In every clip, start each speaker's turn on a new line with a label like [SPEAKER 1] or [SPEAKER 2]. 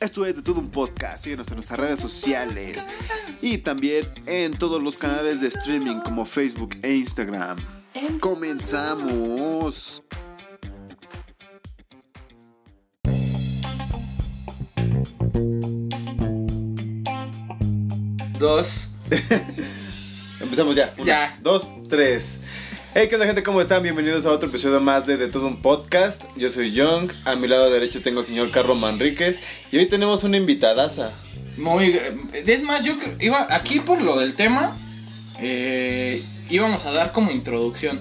[SPEAKER 1] Esto es de todo un podcast. Síguenos en nuestras redes sociales y también en todos los canales de streaming como Facebook e Instagram. Comenzamos.
[SPEAKER 2] Dos.
[SPEAKER 1] Empezamos ya. Una,
[SPEAKER 2] Ya.
[SPEAKER 1] dos, tres. Hey, ¿qué onda, gente? ¿Cómo están? Bienvenidos a otro episodio más de De Todo Un Podcast. Yo soy Young. A mi lado derecho tengo al señor Carlos Manríquez. Y hoy tenemos una invitadaza.
[SPEAKER 2] Muy. Es más, yo cre- iba aquí por lo del tema. eh, íbamos a dar como introducción.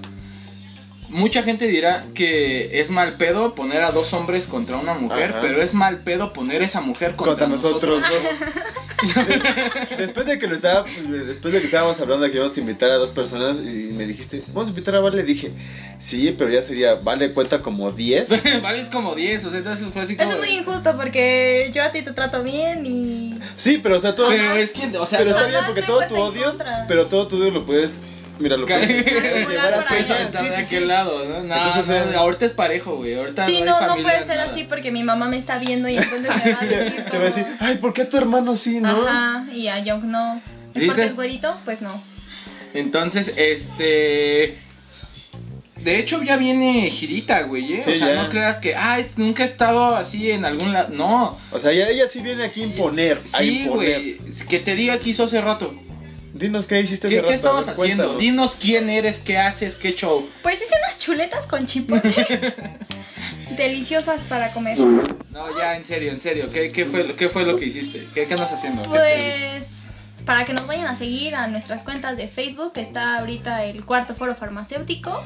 [SPEAKER 2] Mucha gente dirá que es mal pedo poner a dos hombres contra una mujer,
[SPEAKER 1] Ajá.
[SPEAKER 2] pero es mal pedo poner esa mujer contra,
[SPEAKER 1] Contra nosotros dos. Después de que lo estaba, después de que estábamos hablando de que íbamos a invitar a dos personas y me dijiste, vamos a invitar a Vale, dije, sí, pero ya sería, Vale cuenta como 10.
[SPEAKER 2] vale, es como 10, o sea, entonces fue así como
[SPEAKER 3] Eso es
[SPEAKER 2] de-
[SPEAKER 3] muy injusto porque yo a ti te trato bien y.
[SPEAKER 1] Sí, pero o sea, todo,
[SPEAKER 2] Pero es que, o sea,
[SPEAKER 1] pero
[SPEAKER 2] no-
[SPEAKER 1] está
[SPEAKER 3] Jamás
[SPEAKER 1] bien porque
[SPEAKER 3] me
[SPEAKER 1] todo
[SPEAKER 3] he
[SPEAKER 1] tu
[SPEAKER 3] puesto en
[SPEAKER 1] odio,
[SPEAKER 3] contra.
[SPEAKER 1] pero todo tu odio lo puedes, mira, lo puedes llevar a
[SPEAKER 3] por ahí,
[SPEAKER 1] su
[SPEAKER 2] Esa
[SPEAKER 3] sí,
[SPEAKER 2] está de
[SPEAKER 1] sí, sí,
[SPEAKER 2] aquel
[SPEAKER 1] sí.
[SPEAKER 2] lado, ¿no? No,
[SPEAKER 1] Entonces, eh,
[SPEAKER 2] no,
[SPEAKER 1] o sea-
[SPEAKER 2] ahorita es parejo, güey. Ahorita
[SPEAKER 3] Sí,
[SPEAKER 2] hay
[SPEAKER 3] no, no
[SPEAKER 2] familia,
[SPEAKER 3] puede ser
[SPEAKER 2] nada.
[SPEAKER 3] así porque mi mamá me está viendo y entonces me va a
[SPEAKER 1] Te,
[SPEAKER 3] decir.
[SPEAKER 1] te va a decir,
[SPEAKER 3] como,
[SPEAKER 1] ay, ¿por qué a tu hermano sí, no?
[SPEAKER 3] Ajá, y a Young no. ¿Es
[SPEAKER 2] Sí,
[SPEAKER 3] porque
[SPEAKER 2] te-
[SPEAKER 3] es güerito? Pues no.
[SPEAKER 2] Entonces, este. De hecho, ya viene girita, güey. ¿eh?
[SPEAKER 1] Sí,
[SPEAKER 2] o sea,
[SPEAKER 1] ya.
[SPEAKER 2] no creas que. Ay, nunca he estado así en algún lado. No.
[SPEAKER 1] O sea, ella, ella sí viene aquí a imponer, a
[SPEAKER 2] Sí,
[SPEAKER 1] imponer.
[SPEAKER 2] güey. Que te diga qué hizo hace rato.
[SPEAKER 1] Dinos qué hiciste
[SPEAKER 2] ¿Qué,
[SPEAKER 1] Este hace
[SPEAKER 2] qué
[SPEAKER 1] rato,
[SPEAKER 2] estabas
[SPEAKER 1] a ver,
[SPEAKER 2] haciendo?
[SPEAKER 1] cuéntanos.
[SPEAKER 2] Dinos quién eres, qué haces, qué show.
[SPEAKER 3] Pues hice unas chuletas con chipotle. Deliciosas para comer.
[SPEAKER 2] No, ya, en serio, en serio. ¿Qué, qué fue, qué fue lo que hiciste? ¿Qué, qué andas haciendo? ¿Qué te-
[SPEAKER 3] Pues para que nos vayan a seguir a nuestras cuentas de Facebook, está ahorita el cuarto foro farmacéutico.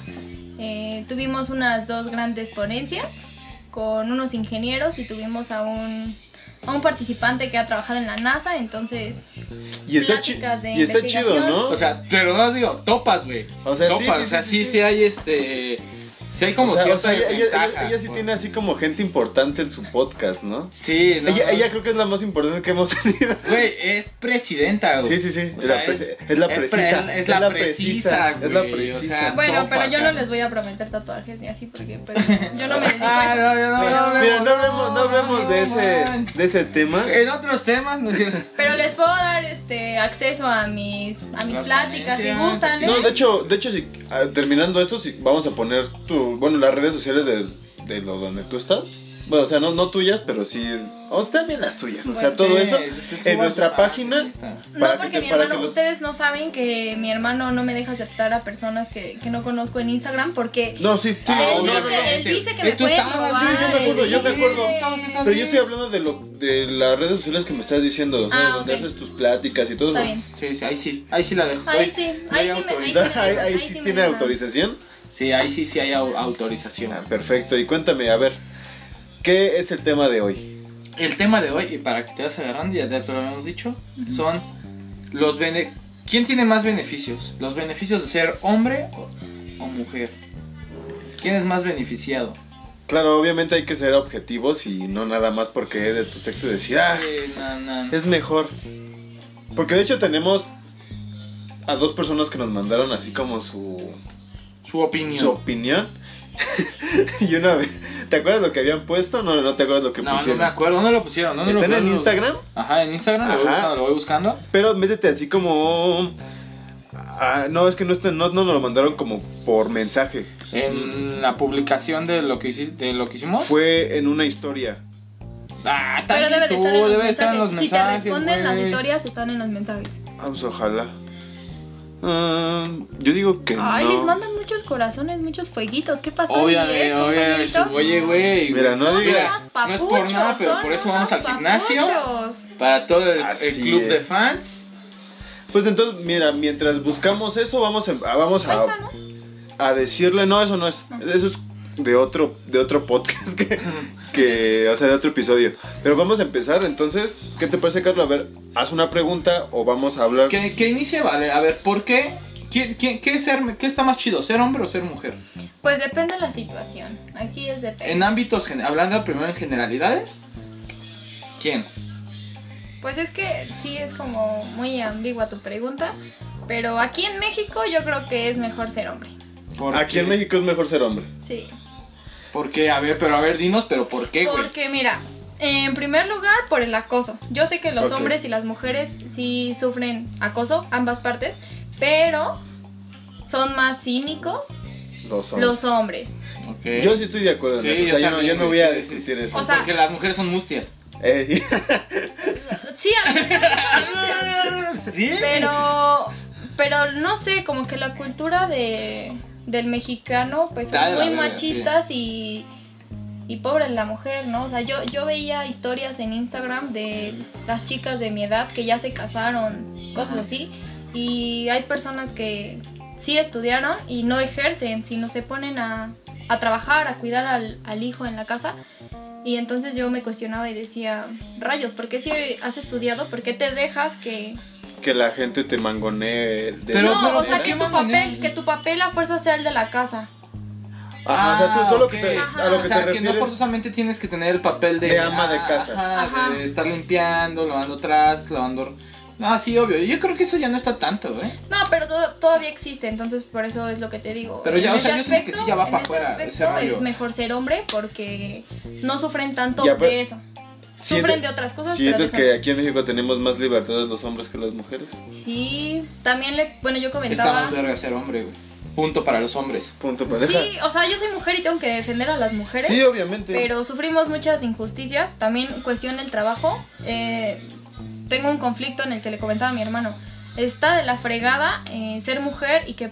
[SPEAKER 3] Eh, tuvimos unas dos grandes ponencias con unos ingenieros y tuvimos a un, a un participante que ha trabajado en la NASA, entonces
[SPEAKER 1] Y está, chi-
[SPEAKER 3] pláticas de
[SPEAKER 1] y está chido,
[SPEAKER 3] investigación.
[SPEAKER 1] ¿no?
[SPEAKER 2] O sea, pero no os digo, topas, güey.
[SPEAKER 1] O sea,
[SPEAKER 2] topas. o sea, sí, sí, hay este. Sí hay como
[SPEAKER 1] o sea, o
[SPEAKER 2] cierta
[SPEAKER 1] sea, ella, ella- ella-
[SPEAKER 2] desventaja,
[SPEAKER 1] ella sí
[SPEAKER 2] por-
[SPEAKER 1] tiene así como gente importante en su podcast, ¿no?
[SPEAKER 2] Sí, no.
[SPEAKER 1] ella, ella creo que es la más importante que hemos tenido.
[SPEAKER 2] Güey, es presidenta, güey.
[SPEAKER 1] Sí, sí, sí.
[SPEAKER 2] O
[SPEAKER 1] Es
[SPEAKER 2] sea,
[SPEAKER 1] la,
[SPEAKER 2] es-
[SPEAKER 1] preci- es la
[SPEAKER 2] es pre-
[SPEAKER 1] precisa.
[SPEAKER 2] es la precisa,
[SPEAKER 1] Es la
[SPEAKER 2] güey, o sea,
[SPEAKER 1] precisa.
[SPEAKER 3] Bueno,
[SPEAKER 2] topa,
[SPEAKER 3] pero yo no
[SPEAKER 2] cara.
[SPEAKER 3] les voy a prometer tatuajes ni así porque pues, yo no me dedico a
[SPEAKER 2] Ah,
[SPEAKER 3] eso.
[SPEAKER 2] no, no, no, no,
[SPEAKER 1] Mira, no hablemos, no hablemos
[SPEAKER 2] no,
[SPEAKER 1] de, ese,
[SPEAKER 2] man.
[SPEAKER 1] de ese tema.
[SPEAKER 2] En otros temas, ¿no es cierto?
[SPEAKER 3] Pero les puedo dar este acceso a mis a mis
[SPEAKER 2] Las
[SPEAKER 3] pláticas si
[SPEAKER 2] ponencias,
[SPEAKER 3] gustan. ¿eh?
[SPEAKER 1] No, de hecho, de hecho si, ah, terminando esto, si, vamos a poner tu, bueno, las redes sociales de, de lo donde tú estás. Bueno, o sea, no, no tuyas, pero sí. O también las tuyas. O sea, todo
[SPEAKER 2] Sí,
[SPEAKER 1] eso.
[SPEAKER 2] es- es
[SPEAKER 1] en
[SPEAKER 2] igual
[SPEAKER 1] nuestra
[SPEAKER 2] que-
[SPEAKER 1] página.
[SPEAKER 3] Pues, No,
[SPEAKER 1] para que
[SPEAKER 3] porque
[SPEAKER 1] te-
[SPEAKER 3] mi
[SPEAKER 1] para
[SPEAKER 3] hermano,
[SPEAKER 1] que los-
[SPEAKER 3] ustedes no saben que mi hermano no me deja aceptar a personas que, que no conozco en Instagram porque
[SPEAKER 1] No, sí, sí.
[SPEAKER 2] Ah,
[SPEAKER 3] él,
[SPEAKER 1] no, no,
[SPEAKER 3] dice,
[SPEAKER 1] no.
[SPEAKER 3] él dice que
[SPEAKER 2] Eh,
[SPEAKER 3] me
[SPEAKER 2] tú
[SPEAKER 3] puede
[SPEAKER 2] estabas,
[SPEAKER 3] robar.
[SPEAKER 2] sí,
[SPEAKER 1] yo me acuerdo,
[SPEAKER 3] él
[SPEAKER 1] yo me
[SPEAKER 3] dice
[SPEAKER 1] acuerdo.
[SPEAKER 3] que-
[SPEAKER 2] Estabas esa-
[SPEAKER 1] Pero yo estoy hablando de lo de las redes sociales que me estás diciendo, o sea,
[SPEAKER 3] Ah,
[SPEAKER 1] donde
[SPEAKER 3] ok.
[SPEAKER 1] haces tus pláticas y todo
[SPEAKER 3] Está
[SPEAKER 1] eso.
[SPEAKER 3] bien.
[SPEAKER 2] Sí, sí, ahí sí. Ahí sí la dejo.
[SPEAKER 3] Ahí sí,
[SPEAKER 2] no hay
[SPEAKER 3] ahí sí me ahí sí me
[SPEAKER 2] autoridad.
[SPEAKER 3] dejan,
[SPEAKER 1] Ahí, ahí
[SPEAKER 3] ahí
[SPEAKER 1] sí
[SPEAKER 3] me
[SPEAKER 1] tiene
[SPEAKER 3] dejan.
[SPEAKER 1] autorización.
[SPEAKER 2] Sí, ahí sí, sí hay au- autorización.
[SPEAKER 1] Ah, perfecto. Y cuéntame, a ver, ¿qué es el tema de hoy?
[SPEAKER 2] El tema de hoy, y para que te vas agarrando, ya te lo habíamos dicho, son los bene ¿Quién tiene más beneficios? ¿Los beneficios de ser hombre o, o mujer? ¿Quién es más beneficiado?
[SPEAKER 1] Claro, obviamente hay que ser objetivos y no nada más porque de tu sexo decir, ah,
[SPEAKER 2] Sí, no, no, no.
[SPEAKER 1] es mejor. Porque de hecho tenemos a dos personas que nos mandaron así como su,
[SPEAKER 2] Su opinión.
[SPEAKER 1] su opinión. y una vez, ¿te acuerdas lo que habían puesto? No, no te acuerdas lo que
[SPEAKER 2] no, no
[SPEAKER 1] pusieron.
[SPEAKER 2] me acuerdo, no lo pusieron. No, no lo-
[SPEAKER 1] ¿Están
[SPEAKER 2] no
[SPEAKER 1] en
[SPEAKER 2] lo-
[SPEAKER 1] Instagram?
[SPEAKER 2] Ajá, en Instagram lo voy
[SPEAKER 1] Ajá.
[SPEAKER 2] buscando, lo voy buscando.
[SPEAKER 1] Pero métete así como. Ah, no, es que no, está- no, no nos lo mandaron como por mensaje.
[SPEAKER 2] En la publicación de lo que, hiciste, de lo que hicimos.
[SPEAKER 1] Mm. Fue en una historia.
[SPEAKER 2] Ah,
[SPEAKER 3] Pero
[SPEAKER 2] también
[SPEAKER 3] debe de
[SPEAKER 2] tú,
[SPEAKER 3] estar en los,
[SPEAKER 2] debe de
[SPEAKER 3] mensajes.
[SPEAKER 2] estar en los
[SPEAKER 3] Si te
[SPEAKER 2] mensajes.
[SPEAKER 3] responden las
[SPEAKER 2] güey.
[SPEAKER 3] historias, están en los mensajes.
[SPEAKER 1] Vamos, pues ojalá. Ah, yo digo que
[SPEAKER 3] Ay,
[SPEAKER 1] no.
[SPEAKER 3] les mandan muchos corazones, muchos fueguitos. ¿Qué pasó?
[SPEAKER 2] Obviamente,
[SPEAKER 3] ayer,
[SPEAKER 2] obviamente.
[SPEAKER 3] compañeritos?
[SPEAKER 2] Oye, güey.
[SPEAKER 1] Mira, no
[SPEAKER 3] Son
[SPEAKER 1] digas.
[SPEAKER 3] unos
[SPEAKER 2] no es por nada,
[SPEAKER 3] papuchos,
[SPEAKER 2] pero
[SPEAKER 3] son
[SPEAKER 2] por eso vamos al
[SPEAKER 3] unos
[SPEAKER 2] gimnasio.
[SPEAKER 3] papuchos.
[SPEAKER 2] Para todo el, el
[SPEAKER 1] Así
[SPEAKER 2] club de
[SPEAKER 1] es.
[SPEAKER 2] fans.
[SPEAKER 1] Pues entonces, mira, mientras buscamos eso, vamos a, ah, vamos
[SPEAKER 3] Ahí está,
[SPEAKER 1] a,
[SPEAKER 3] ¿no?
[SPEAKER 1] a decirle. No, eso no es. Eso es de otro, de otro podcast que, que. O sea, de otro episodio. Pero vamos a empezar entonces. ¿Qué te parece, Carlos? A ver, haz una pregunta o vamos a hablar.
[SPEAKER 2] Que, que inicie, vale. A ver, ¿por qué? ¿Quién, quién- qué, es ser, ¿Qué está más chido, ser hombre o ser mujer?
[SPEAKER 3] Pues depende de la situación. Aquí es depende.
[SPEAKER 2] En ámbitos, gen- hablando primero en generalidades, ¿quién?
[SPEAKER 3] Pues es que sí es como muy ambigua tu pregunta, pero aquí en México yo creo que es mejor ser hombre.
[SPEAKER 2] ¿Por
[SPEAKER 1] Aquí en
[SPEAKER 2] qué?
[SPEAKER 1] México es mejor ser hombre.
[SPEAKER 3] Sí.
[SPEAKER 2] ¿Por qué? A ver, pero a ver, dinos, pero ¿por qué, güey?
[SPEAKER 3] Porque mira, En primer lugar, por el acoso. Yo sé que los
[SPEAKER 1] Ok.
[SPEAKER 3] hombres y las mujeres sí sufren acoso, ambas partes, pero son más cínicos
[SPEAKER 1] Los hombres.
[SPEAKER 3] los hombres.
[SPEAKER 2] Ok.
[SPEAKER 1] Yo sí estoy de acuerdo en
[SPEAKER 2] Sí,
[SPEAKER 1] eso. O sea, yo, no,
[SPEAKER 2] también,
[SPEAKER 1] yo no
[SPEAKER 2] güey,
[SPEAKER 1] voy
[SPEAKER 2] sí,
[SPEAKER 1] a
[SPEAKER 2] sí,
[SPEAKER 1] discutir
[SPEAKER 2] sí.
[SPEAKER 1] eso.
[SPEAKER 3] O sea-
[SPEAKER 2] Porque las mujeres son mustias.
[SPEAKER 1] Ey.
[SPEAKER 3] Sí, a mí-
[SPEAKER 1] Ah,
[SPEAKER 2] sí.
[SPEAKER 3] pero, pero no sé, como que la cultura de, del mexicano,
[SPEAKER 2] Ah,
[SPEAKER 3] pues son
[SPEAKER 2] la
[SPEAKER 3] muy
[SPEAKER 2] verga,
[SPEAKER 3] machistas y, y pobre la mujer, ¿no? O sea, yo, yo veía historias en Instagram de las chicas de mi edad que ya se casaron, cosas
[SPEAKER 2] Mm. Ajá.
[SPEAKER 3] así, y hay personas que sí estudiaron y no ejercen, sino se ponen a, a trabajar, a cuidar al, al hijo en la casa. Y entonces yo me cuestionaba y decía, rayos, ¿por qué si has estudiado? ¿Por qué te dejas que,
[SPEAKER 1] que la gente te mangonee. de-
[SPEAKER 2] Pero-
[SPEAKER 3] no,
[SPEAKER 2] pero
[SPEAKER 3] o sea,
[SPEAKER 2] ¿de
[SPEAKER 3] que
[SPEAKER 2] qué ¿eh?
[SPEAKER 3] tu,
[SPEAKER 2] manera?
[SPEAKER 3] papel, que tu papel a fuerza sea el de la casa.
[SPEAKER 1] Ajá, o sea, tú,
[SPEAKER 2] Ah,
[SPEAKER 1] tú lo
[SPEAKER 2] ok.
[SPEAKER 1] que te-
[SPEAKER 3] Ajá.
[SPEAKER 1] a lo
[SPEAKER 2] O
[SPEAKER 1] que
[SPEAKER 2] sea,
[SPEAKER 1] te
[SPEAKER 2] que no
[SPEAKER 1] refieres.
[SPEAKER 2] forzosamente tienes que tener el papel de,
[SPEAKER 1] De ama de casa.
[SPEAKER 2] Ajá,
[SPEAKER 3] Ajá.
[SPEAKER 2] de estar limpiando, lavando atrás, lavando. Ah, sí, obvio. Yo creo que eso ya no está tanto, ¿eh?
[SPEAKER 3] No, pero to- todavía existe, entonces por eso es lo que te digo.
[SPEAKER 2] Pero ya,
[SPEAKER 3] En
[SPEAKER 2] o
[SPEAKER 3] ese
[SPEAKER 2] sea, yo siento que sí ya va
[SPEAKER 3] en
[SPEAKER 2] pa'
[SPEAKER 3] ese
[SPEAKER 2] afuera ese
[SPEAKER 3] aspecto
[SPEAKER 2] rollo.
[SPEAKER 3] Es mejor ser hombre porque no sufren tanto
[SPEAKER 1] Ya, pero-
[SPEAKER 3] de eso.
[SPEAKER 1] Siente-
[SPEAKER 3] Sufren de otras cosas, pero de
[SPEAKER 1] ¿Sientes
[SPEAKER 3] eso
[SPEAKER 1] que aquí en México tenemos más libertades los hombres que las mujeres?
[SPEAKER 3] no. Sí, también le, bueno, yo
[SPEAKER 2] Está
[SPEAKER 3] comentaba...
[SPEAKER 2] más verga ser hombre, güey. Punto para los hombres.
[SPEAKER 1] Punto para
[SPEAKER 3] Sí, o sea, yo soy mujer y tengo que defender a las mujeres.
[SPEAKER 1] Sí, obviamente.
[SPEAKER 3] pero sufrimos muchas injusticias. También cuestión del trabajo. Eh, tengo un conflicto en el que le comentaba a mi hermano. Está de la fregada eh, ser mujer y que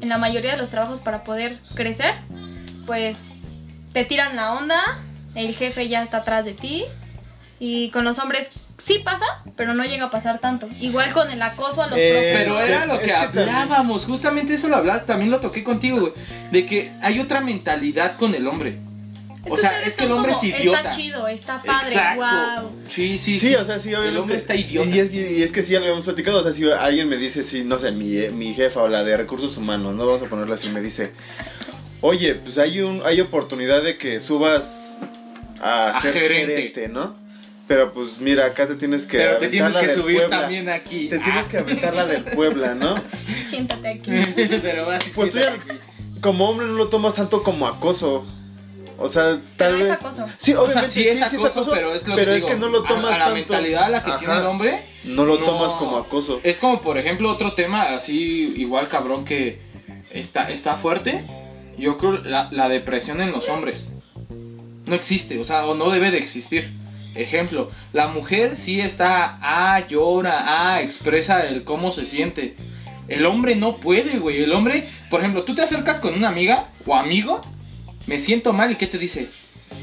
[SPEAKER 3] en la mayoría de los trabajos para poder crecer, pues te tiran la onda, el jefe ya está atrás de ti y con los hombres sí pasa, pero no llega a pasar tanto. Igual con el acoso a los
[SPEAKER 1] Eh,
[SPEAKER 2] Pero
[SPEAKER 1] Es
[SPEAKER 3] profesores.
[SPEAKER 2] era
[SPEAKER 1] que-
[SPEAKER 2] lo que,
[SPEAKER 1] es que también-
[SPEAKER 2] hablábamos, justamente eso lo hablaba, también lo toqué contigo, güey, de que hay otra mentalidad con el hombre.
[SPEAKER 3] Es
[SPEAKER 2] o sea,
[SPEAKER 3] ustedes
[SPEAKER 2] es que
[SPEAKER 3] son
[SPEAKER 2] el hombre
[SPEAKER 3] como,
[SPEAKER 2] es idiota.
[SPEAKER 3] Está chido, está padre,
[SPEAKER 2] Exacto.
[SPEAKER 3] wow.
[SPEAKER 2] Sí, sí,
[SPEAKER 1] Sí,
[SPEAKER 2] sí.
[SPEAKER 1] o sea, sí, obviamente.
[SPEAKER 2] El hombre está idiota.
[SPEAKER 1] Y es, que- y es que sí, ya lo habíamos platicado. O sea, si alguien me dice, sí, no sé, mi, mi jefa o la de recursos humanos, no vamos a ponerla así, me dice, oye, pues hay, un, hay oportunidad de que subas a,
[SPEAKER 2] A
[SPEAKER 1] ser
[SPEAKER 2] gerente.
[SPEAKER 1] gerente. ¿no? Pero pues mira, acá te tienes que.
[SPEAKER 2] Pero te
[SPEAKER 1] aventar
[SPEAKER 2] tienes
[SPEAKER 1] la
[SPEAKER 2] que
[SPEAKER 1] del
[SPEAKER 2] subir
[SPEAKER 1] Puebla.
[SPEAKER 2] también aquí.
[SPEAKER 1] Te tienes que aventar la del Puebla, ¿no?
[SPEAKER 3] Siéntate aquí.
[SPEAKER 2] Pero vas y
[SPEAKER 1] Pues tú
[SPEAKER 2] siéntate
[SPEAKER 1] ya-
[SPEAKER 2] aquí.
[SPEAKER 1] Como hombre no lo tomas tanto como acoso. O sea, tal
[SPEAKER 3] Pero es
[SPEAKER 1] vez.
[SPEAKER 3] acoso.
[SPEAKER 1] Sí,
[SPEAKER 2] O sea,
[SPEAKER 1] obviamente
[SPEAKER 2] sí es
[SPEAKER 1] sí
[SPEAKER 2] acoso, pero es lo
[SPEAKER 1] pero
[SPEAKER 2] que
[SPEAKER 1] es
[SPEAKER 2] digo,
[SPEAKER 1] que no lo
[SPEAKER 2] a-
[SPEAKER 1] tomas
[SPEAKER 2] a, la
[SPEAKER 1] tanto.
[SPEAKER 2] mentalidad a la que
[SPEAKER 1] Ajá.
[SPEAKER 2] tiene el hombre
[SPEAKER 1] No lo
[SPEAKER 2] no.
[SPEAKER 1] tomas como acoso.
[SPEAKER 2] es como por ejemplo otro tema así igual cabrón que está está fuerte yo creo la, la depresión en los hombres no existe o sea o no debe de existir ejemplo la mujer sí está ah llora ah expresa el cómo se siente el hombre no puede güey el hombre por ejemplo tú te acercas con una amiga o amigo me siento mal y qué te dice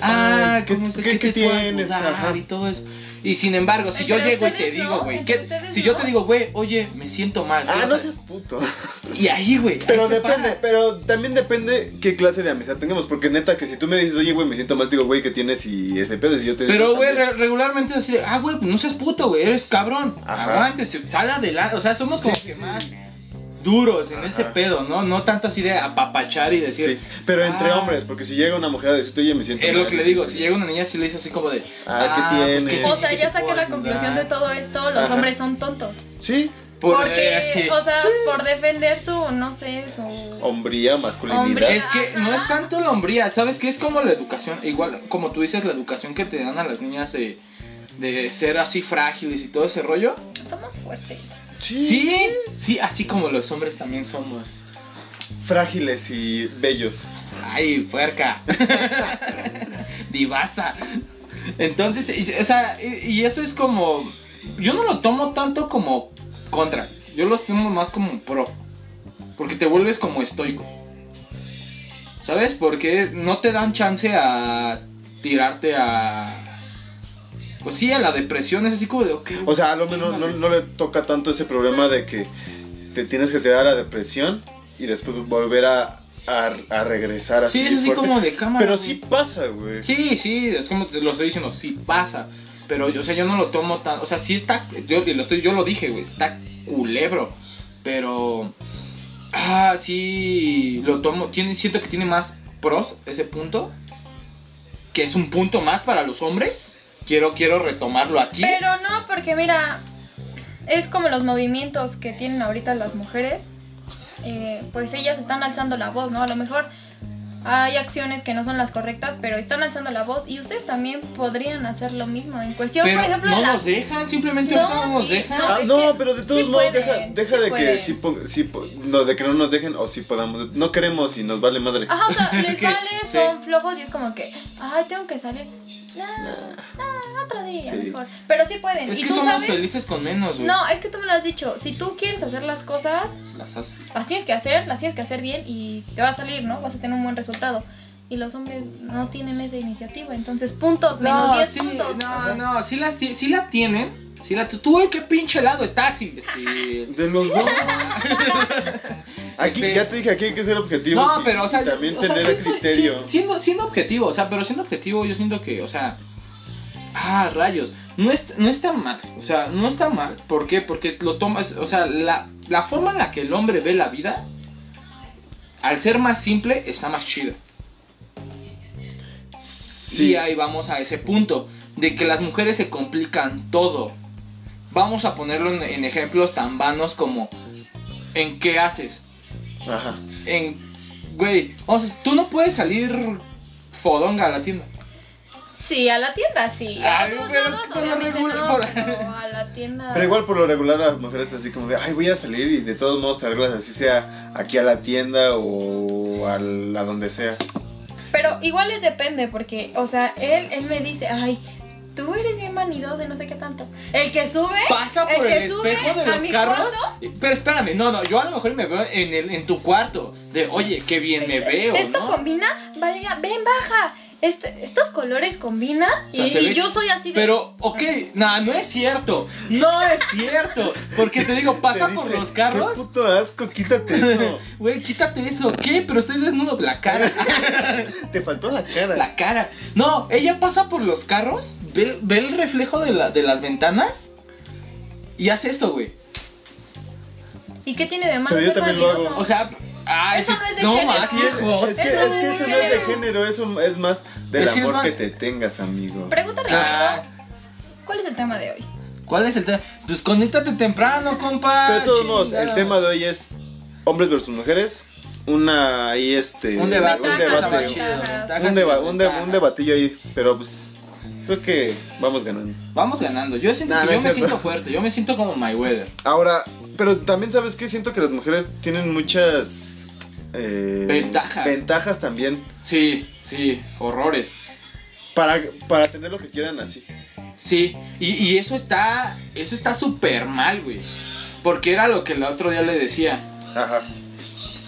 [SPEAKER 2] ah
[SPEAKER 1] Ay, ¿qué-
[SPEAKER 2] cómo es-
[SPEAKER 1] qué-
[SPEAKER 2] qué
[SPEAKER 1] qué
[SPEAKER 2] te puedo
[SPEAKER 1] tienes?
[SPEAKER 2] ayudar?"
[SPEAKER 1] Ajá.
[SPEAKER 2] y todo eso y sin embargo, si yo
[SPEAKER 3] Entre
[SPEAKER 2] llego y te
[SPEAKER 3] ustedes no,
[SPEAKER 2] digo, güey,
[SPEAKER 3] entre
[SPEAKER 2] ¿qué-
[SPEAKER 3] ustedes
[SPEAKER 2] si yo
[SPEAKER 3] no.
[SPEAKER 2] te digo, güey, oye, me siento mal. ¿qué
[SPEAKER 1] Ah,
[SPEAKER 2] vas
[SPEAKER 1] no
[SPEAKER 2] a-
[SPEAKER 1] seas puto.
[SPEAKER 2] Y ahí, güey. ahí
[SPEAKER 1] Pero
[SPEAKER 2] se
[SPEAKER 1] depende,
[SPEAKER 2] para.
[SPEAKER 1] pero también depende qué clase de amistad tengamos. Porque neta, que si tú me dices, oye, güey, me siento mal, te digo, güey, ¿qué tienes? Y ese pedo, si yo te digo.
[SPEAKER 2] Pero, güey,
[SPEAKER 1] también.
[SPEAKER 2] re- regularmente así de, ah, güey, no seas puto, güey, eres cabrón.
[SPEAKER 1] Ajá.
[SPEAKER 2] Aguante, se- sal adelante. O sea, somos como
[SPEAKER 1] Sí,
[SPEAKER 2] que
[SPEAKER 1] sí,
[SPEAKER 2] más
[SPEAKER 1] sí.
[SPEAKER 2] duros en
[SPEAKER 1] Ajá.
[SPEAKER 2] ese pedo, ¿no? No tanto así de apapachar y decir.
[SPEAKER 1] Sí, pero entre
[SPEAKER 2] Ah.
[SPEAKER 1] hombres, porque si llega una mujer a decirte, oye, me siento
[SPEAKER 2] Es
[SPEAKER 1] mal.
[SPEAKER 2] lo que le digo, si llega una niña sí le dice así como de.
[SPEAKER 1] Ah, ¿qué
[SPEAKER 2] pues,
[SPEAKER 1] tiene?
[SPEAKER 3] O
[SPEAKER 2] tienes?
[SPEAKER 3] sea,
[SPEAKER 2] ¿Qué
[SPEAKER 3] ya
[SPEAKER 2] te
[SPEAKER 3] saqué
[SPEAKER 2] puedo
[SPEAKER 3] la conclusión de
[SPEAKER 2] ayudar?
[SPEAKER 3] todo esto, los
[SPEAKER 1] Ajá.
[SPEAKER 3] hombres son tontos.
[SPEAKER 1] Sí,
[SPEAKER 2] Por-
[SPEAKER 3] Porque,
[SPEAKER 2] eh, sí. Oh.
[SPEAKER 3] o sea, por defender su, no sé, su...
[SPEAKER 1] hombría, masculinidad.
[SPEAKER 3] Hombría.
[SPEAKER 2] Es que no es tanto la hombría, ¿sabes qué? Es como la educación, igual como tú dices, la educación que te dan a las niñas de, de ser así frágiles y todo ese rollo.
[SPEAKER 3] Somos fuertes.
[SPEAKER 2] Sí, sí, así como los hombres también somos.
[SPEAKER 1] Frágiles y bellos.
[SPEAKER 2] Ay, puerca. Divasa. Entonces, y- o sea, y, y eso es como... Yo no lo tomo tanto como contra, yo lo tomo más como pro. Porque te vuelves como estoico. ¿Sabes? Porque no te dan chance a tirarte a... Pues sí, a la depresión, es así como de... ok,
[SPEAKER 1] O sea, al hombre no, no, no le toca tanto ese problema de que te tienes que tirar a la depresión y después volver a, a, a regresar así.
[SPEAKER 2] sí, es así
[SPEAKER 1] fuerte.
[SPEAKER 2] como de cámara.
[SPEAKER 1] Pero
[SPEAKER 2] güey.
[SPEAKER 1] sí pasa, güey.
[SPEAKER 2] Sí, sí, es como te lo estoy diciendo, sí pasa. Pero, yo- o sea, yo no lo tomo tan. O sea, sí está. Yo y lo, estoy, yo lo dije, güey, está culebro. Pero. Ah, sí, lo tomo. Tiene, siento que tiene más pros ese punto. Que es un punto más para los hombres. Quiero, quiero retomarlo aquí.
[SPEAKER 3] Pero no, porque mira, es como los movimientos que tienen ahorita las mujeres. eh, pues ellas están alzando la voz, ¿no? A lo mejor hay acciones que no son las correctas, pero están alzando la voz y ustedes también podrían hacer lo mismo. En cuestión,
[SPEAKER 2] Pero
[SPEAKER 3] por ejemplo,
[SPEAKER 2] no
[SPEAKER 3] la-
[SPEAKER 2] nos dejan, simplemente
[SPEAKER 3] No,
[SPEAKER 2] ahorita no, nos
[SPEAKER 3] sí,
[SPEAKER 2] dejan.
[SPEAKER 3] no.
[SPEAKER 1] Ah,
[SPEAKER 3] es
[SPEAKER 1] no,
[SPEAKER 3] que
[SPEAKER 1] pero de
[SPEAKER 3] sí
[SPEAKER 1] todos modos,
[SPEAKER 3] pueden,
[SPEAKER 1] deja, deja
[SPEAKER 3] sí
[SPEAKER 1] de que
[SPEAKER 3] pueden.
[SPEAKER 1] sí, po- sí po- no, de que no nos dejen o si podamos. No queremos y nos vale madre.
[SPEAKER 3] Ajá, o sea,
[SPEAKER 2] Es
[SPEAKER 3] les
[SPEAKER 2] que,
[SPEAKER 3] vale,
[SPEAKER 2] sí.
[SPEAKER 3] son flojos y es como que, ay, tengo que salir. Nah, nah, otro día,
[SPEAKER 1] Sí.
[SPEAKER 3] mejor. Pero sí pueden.
[SPEAKER 2] Es
[SPEAKER 3] y
[SPEAKER 2] que
[SPEAKER 3] tú
[SPEAKER 2] somos
[SPEAKER 3] sabes.
[SPEAKER 2] felices con menos, güey.
[SPEAKER 3] No, es que tú me lo has dicho. Si tú quieres hacer las cosas,
[SPEAKER 2] Las haces.
[SPEAKER 3] las tienes que hacer, las tienes que hacer bien y te va a salir, ¿no? Vas a tener un buen resultado. Y los hombres no tienen esa iniciativa. Entonces, puntos, menos 10
[SPEAKER 2] sí,
[SPEAKER 3] puntos.
[SPEAKER 2] no, no, sí la, sí, sí la tienen. Sí la tu- tú, ¿en qué pinche lado estás, imbécil?
[SPEAKER 1] De los dos. Aquí,
[SPEAKER 2] Este-
[SPEAKER 1] ya te dije, aquí hay que ser objetivos.
[SPEAKER 2] No,
[SPEAKER 1] y-
[SPEAKER 2] pero, o sea,
[SPEAKER 1] y también
[SPEAKER 2] o sea,
[SPEAKER 1] tener
[SPEAKER 2] sí, sí,
[SPEAKER 1] criterio.
[SPEAKER 2] sí, siendo, siendo objetivo, o sea, pero siendo objetivo, yo siento que, o sea, ah, rayos, no, es, no está mal, o sea, no está mal, ¿por qué? Porque lo tomas, o sea, la, la forma en la que el hombre ve la vida, al ser más simple, está más chida.
[SPEAKER 1] Sí.
[SPEAKER 2] Y ahí vamos a ese punto de que las mujeres se complican todo. Vamos a ponerlo en, en ejemplos tan vanos como en qué haces.
[SPEAKER 1] Ajá.
[SPEAKER 2] En güey, o sea, tú no puedes salir fodonga a la tienda.
[SPEAKER 3] Sí, a la tienda, sí. A
[SPEAKER 2] Ay, pues,
[SPEAKER 3] otros
[SPEAKER 2] pero
[SPEAKER 3] lados,
[SPEAKER 2] por lo
[SPEAKER 3] obviamente
[SPEAKER 2] regular,
[SPEAKER 3] no,
[SPEAKER 2] por-
[SPEAKER 3] pero a la tienda.
[SPEAKER 1] Pero igual por lo regular las mujeres así como de, ay, voy a salir y de todos modos te arreglas así sea aquí a la tienda o al- a donde sea.
[SPEAKER 3] Pero igual les depende, porque, o sea, él, él me dice, ay, tú eres bien vanidoso y no sé qué tanto. El que sube,
[SPEAKER 2] Pasa
[SPEAKER 3] El
[SPEAKER 2] por el,
[SPEAKER 3] que sube
[SPEAKER 2] espejo de
[SPEAKER 3] a
[SPEAKER 2] los
[SPEAKER 3] mi
[SPEAKER 2] carros. Pero espérame, no, no, yo a lo mejor me veo en el en tu cuarto de, "Oye, qué bien me
[SPEAKER 3] este-
[SPEAKER 2] veo",
[SPEAKER 3] esto
[SPEAKER 2] ¿no?
[SPEAKER 3] combina, Valeria, ven, baja. Este- estos colores combinan
[SPEAKER 2] O sea,
[SPEAKER 3] y,
[SPEAKER 2] se
[SPEAKER 3] y
[SPEAKER 2] ve-
[SPEAKER 3] yo soy así de...
[SPEAKER 2] Pero, ok, nah, no es cierto, no es cierto, porque te digo, pasa
[SPEAKER 1] Te
[SPEAKER 2] por
[SPEAKER 1] dice,
[SPEAKER 2] los carros
[SPEAKER 1] Qué puto asco, quítate eso.
[SPEAKER 2] Güey, quítate eso. ¿Qué? Pero estoy desnudo. La cara.
[SPEAKER 1] te faltó la cara.
[SPEAKER 2] la cara. No, ella pasa por los carros, ve, ve el reflejo de, la- de las ventanas y hace esto, güey.
[SPEAKER 3] ¿Y qué tiene de malo
[SPEAKER 1] Pero yo
[SPEAKER 3] ser
[SPEAKER 1] también lo hago.
[SPEAKER 3] vanidoso?
[SPEAKER 2] O sea, ay,
[SPEAKER 3] Eso
[SPEAKER 2] sí,
[SPEAKER 3] no es de
[SPEAKER 2] no,
[SPEAKER 3] género.
[SPEAKER 2] ma,
[SPEAKER 1] Es que
[SPEAKER 2] qué
[SPEAKER 1] es,
[SPEAKER 2] jo-
[SPEAKER 1] es que,
[SPEAKER 3] Eso
[SPEAKER 1] es
[SPEAKER 3] no
[SPEAKER 1] que
[SPEAKER 3] es
[SPEAKER 1] eso no es de
[SPEAKER 3] género.
[SPEAKER 1] género, eso es más del
[SPEAKER 2] Es que es
[SPEAKER 1] amor
[SPEAKER 2] más-
[SPEAKER 1] que te tengas, amigo.
[SPEAKER 3] Pregunta
[SPEAKER 2] Ah,
[SPEAKER 3] regalada, ¿cuál es el tema de hoy?
[SPEAKER 2] ¿Cuál es el tema? Pues conéctate temprano, compa.
[SPEAKER 1] Pero de todos modos,
[SPEAKER 2] chingada.
[SPEAKER 1] el tema de hoy es hombres versus mujeres. Una ahí este.
[SPEAKER 2] Un debate.
[SPEAKER 1] Un
[SPEAKER 3] Ventajas,
[SPEAKER 1] debate.
[SPEAKER 2] está más chido,
[SPEAKER 3] Ventajas.
[SPEAKER 2] ventajas
[SPEAKER 1] Un,
[SPEAKER 2] y
[SPEAKER 1] deba- un de-
[SPEAKER 2] desventajas.
[SPEAKER 1] un debatillo ahí, pero pues creo que vamos ganando.
[SPEAKER 2] Vamos ganando. Yo, siento
[SPEAKER 1] Nah,
[SPEAKER 2] que
[SPEAKER 1] no
[SPEAKER 2] yo
[SPEAKER 1] es
[SPEAKER 2] me
[SPEAKER 1] cierto.
[SPEAKER 2] siento fuerte. Yo me siento como My Weather.
[SPEAKER 1] Ahora, pero también sabes que siento que las mujeres tienen muchas eh,
[SPEAKER 2] Ventajas.
[SPEAKER 1] ventajas también
[SPEAKER 2] Sí, sí, horrores.
[SPEAKER 1] para, para tener lo que quieran así.
[SPEAKER 2] Sí, y, y eso está eso está súper mal, güey. Porque era lo que el otro día le decía.
[SPEAKER 1] Ajá.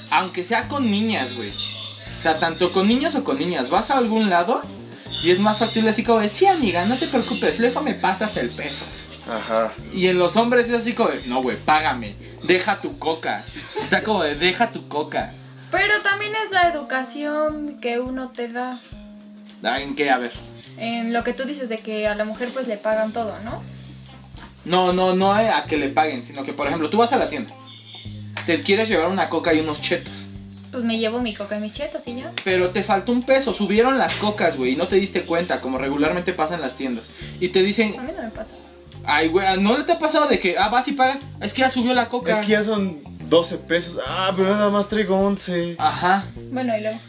[SPEAKER 2] Aunque sea con niñas, güey. O sea, tanto con niños o con niñas, vas a algún lado y es más fácil así como de, sí, amiga, no te preocupes, luego me pasas el peso.
[SPEAKER 1] Ajá.
[SPEAKER 2] Y en los hombres es así como de, no, güey, págame, deja tu coca. O sea, como de, deja tu coca.
[SPEAKER 3] Pero también es la educación que uno te da.
[SPEAKER 2] Ah, ¿En qué? A ver.
[SPEAKER 3] En lo que tú dices de que a la mujer pues le pagan todo, ¿no?
[SPEAKER 2] No, no, no a que le paguen, sino que, por ejemplo, tú vas a la tienda, te quieres llevar una coca y unos chetos.
[SPEAKER 3] Pues me llevo mi coca y mis chetas y ya.
[SPEAKER 2] Pero te faltó un peso, subieron las cocas, güey, y no te diste cuenta, como regularmente pasa en las tiendas. Y te dicen,
[SPEAKER 3] A mí no me pasa.
[SPEAKER 2] ay, güey, ¿no le te ha pasado de que, ah, vas y pagas? Es que ya subió la coca.
[SPEAKER 1] Es que ya son 12 pesos. Ah, pero nada más traigo 11.
[SPEAKER 2] Ajá.
[SPEAKER 3] Bueno, y luego.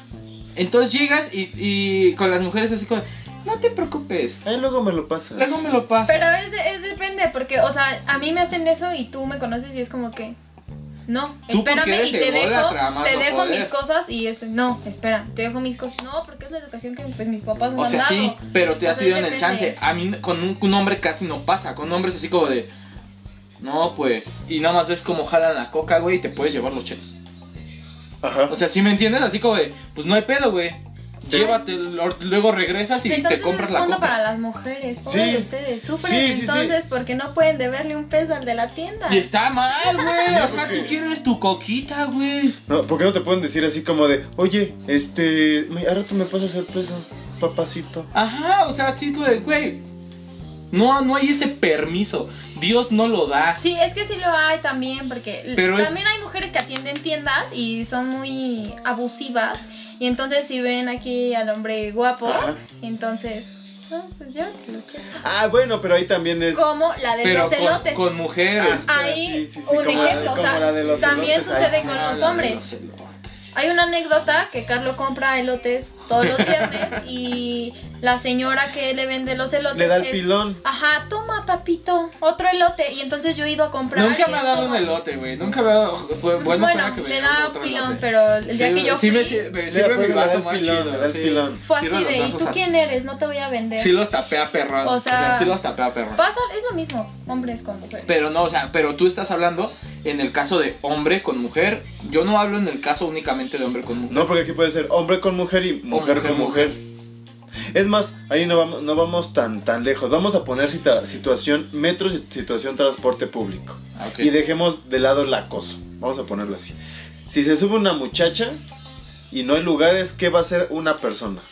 [SPEAKER 2] Entonces llegas y, y con las mujeres así como, no te preocupes,
[SPEAKER 1] Ahí luego me lo pasas.
[SPEAKER 2] luego me lo pasa.
[SPEAKER 3] Pero es, de- es depende, porque, o sea, a mí me hacen eso y tú me conoces y es como que. No,
[SPEAKER 2] Tú porque
[SPEAKER 3] espérame
[SPEAKER 2] eres
[SPEAKER 3] y te dejo,
[SPEAKER 2] ególatra, más
[SPEAKER 3] te
[SPEAKER 2] no
[SPEAKER 3] dejo
[SPEAKER 2] poder.
[SPEAKER 3] mis cosas y es, no, espera, te dejo mis cosas. No, porque es la educación que pues, mis papás me
[SPEAKER 2] o
[SPEAKER 3] han
[SPEAKER 2] sea,
[SPEAKER 3] dado.
[SPEAKER 2] sí, pero te
[SPEAKER 3] O
[SPEAKER 2] has
[SPEAKER 3] sea,
[SPEAKER 2] dado
[SPEAKER 3] depende.
[SPEAKER 2] el chance. A mí con un, con un hombre casi no pasa, con hombres así como de, no, pues, y nada más ves cómo jalan la coca, güey, y te puedes llevar los chetos.
[SPEAKER 1] Ajá.
[SPEAKER 2] O sea, si me entiendes, así como de, pues no hay pedo, güey. Llévate, lo- luego regresas y
[SPEAKER 3] entonces
[SPEAKER 2] te compras
[SPEAKER 3] es
[SPEAKER 2] la
[SPEAKER 3] fondo
[SPEAKER 2] coca.
[SPEAKER 3] para las mujeres, pobres
[SPEAKER 1] Sí.
[SPEAKER 3] de ustedes, sufren
[SPEAKER 1] Sí, sí, sí.
[SPEAKER 3] entonces porque no pueden deberle un peso al de la tienda.
[SPEAKER 2] Y está mal, güey. O sea,
[SPEAKER 1] porque-
[SPEAKER 2] tú quieres tu coquita, güey.
[SPEAKER 1] No, ¿Por qué no te pueden decir así como de, oye, este, me, ahora tú me pasas el peso, papacito?
[SPEAKER 2] Ajá, o sea, así como de, güey. No, no hay ese permiso. Dios no lo da.
[SPEAKER 3] Sí, es que sí lo hay también, porque l-
[SPEAKER 2] Pero es-
[SPEAKER 3] también hay mujeres que atienden tiendas y son muy abusivas. Y entonces si ven aquí al hombre guapo,
[SPEAKER 1] Ajá.
[SPEAKER 3] entonces, ah, pues yo te lo checo.
[SPEAKER 1] Ah, bueno, pero ahí también es.
[SPEAKER 3] Como la de
[SPEAKER 2] Pues, Pero
[SPEAKER 3] los
[SPEAKER 2] con,
[SPEAKER 3] elotes.
[SPEAKER 2] con mujeres.
[SPEAKER 1] Ah,
[SPEAKER 3] Ahí,
[SPEAKER 1] sí, sí, sí,
[SPEAKER 3] un
[SPEAKER 1] como la-
[SPEAKER 3] ejemplo, o
[SPEAKER 1] como
[SPEAKER 3] sea,
[SPEAKER 1] la de los
[SPEAKER 3] también
[SPEAKER 1] elotes, ahí
[SPEAKER 3] sucede
[SPEAKER 1] sí.
[SPEAKER 3] con
[SPEAKER 2] Ah,
[SPEAKER 3] los
[SPEAKER 2] la de
[SPEAKER 3] hombres.
[SPEAKER 2] los elotes.
[SPEAKER 3] Hay una anécdota que Carlos compra elotes todos los viernes y la señora que le vende los elotes
[SPEAKER 1] Le da el
[SPEAKER 3] es,
[SPEAKER 1] pilón.
[SPEAKER 3] Ajá, toma papito, otro elote. Y entonces yo he ido a comprar.
[SPEAKER 2] Nunca
[SPEAKER 3] y
[SPEAKER 2] me ha
[SPEAKER 3] es
[SPEAKER 2] dado
[SPEAKER 3] como-
[SPEAKER 2] un elote, güey. Nunca me ha dado. fue- Bueno, fuera
[SPEAKER 3] Bueno,
[SPEAKER 2] que me
[SPEAKER 3] le
[SPEAKER 2] dieran
[SPEAKER 3] da
[SPEAKER 2] otro
[SPEAKER 3] pilón,
[SPEAKER 2] elote.
[SPEAKER 3] pero el día
[SPEAKER 2] Sí,
[SPEAKER 3] que yo
[SPEAKER 2] sí me
[SPEAKER 3] fui,
[SPEAKER 2] sir- me
[SPEAKER 1] Sí,
[SPEAKER 2] sirve
[SPEAKER 1] acuerdo,
[SPEAKER 2] mi
[SPEAKER 1] le da
[SPEAKER 2] vaso
[SPEAKER 1] el
[SPEAKER 2] más
[SPEAKER 1] pilón, le da
[SPEAKER 2] chido.
[SPEAKER 1] el
[SPEAKER 2] sí.
[SPEAKER 1] pilón.
[SPEAKER 3] fue
[SPEAKER 2] Sirve
[SPEAKER 3] así
[SPEAKER 2] los
[SPEAKER 3] de, ¿y
[SPEAKER 2] vasos
[SPEAKER 3] tú
[SPEAKER 2] así.
[SPEAKER 3] quién eres? No te voy a vender.
[SPEAKER 2] Sí los tapé a perro.
[SPEAKER 3] O
[SPEAKER 2] O
[SPEAKER 3] sea-
[SPEAKER 2] sea, sí los tapé a perro.
[SPEAKER 3] Pasa, es lo mismo, hombres con mujeres.
[SPEAKER 2] Pero no, o sea, pero tú estás hablando en el caso de hombre con mujer. Yo no hablo en el caso únicamente de hombre con mujer.
[SPEAKER 1] No, porque aquí puede ser hombre con mujer y mujer,
[SPEAKER 2] mujer,
[SPEAKER 1] con mujer. Es más, ahí no vamos, no vamos tan, tan lejos. Vamos a poner cita- situación metro, si- situación transporte público.
[SPEAKER 2] Ah, ok.
[SPEAKER 1] Y dejemos de lado el acoso. Vamos a ponerlo así. Si se sube una muchacha y no hay lugares, ¿qué va a hacer una persona?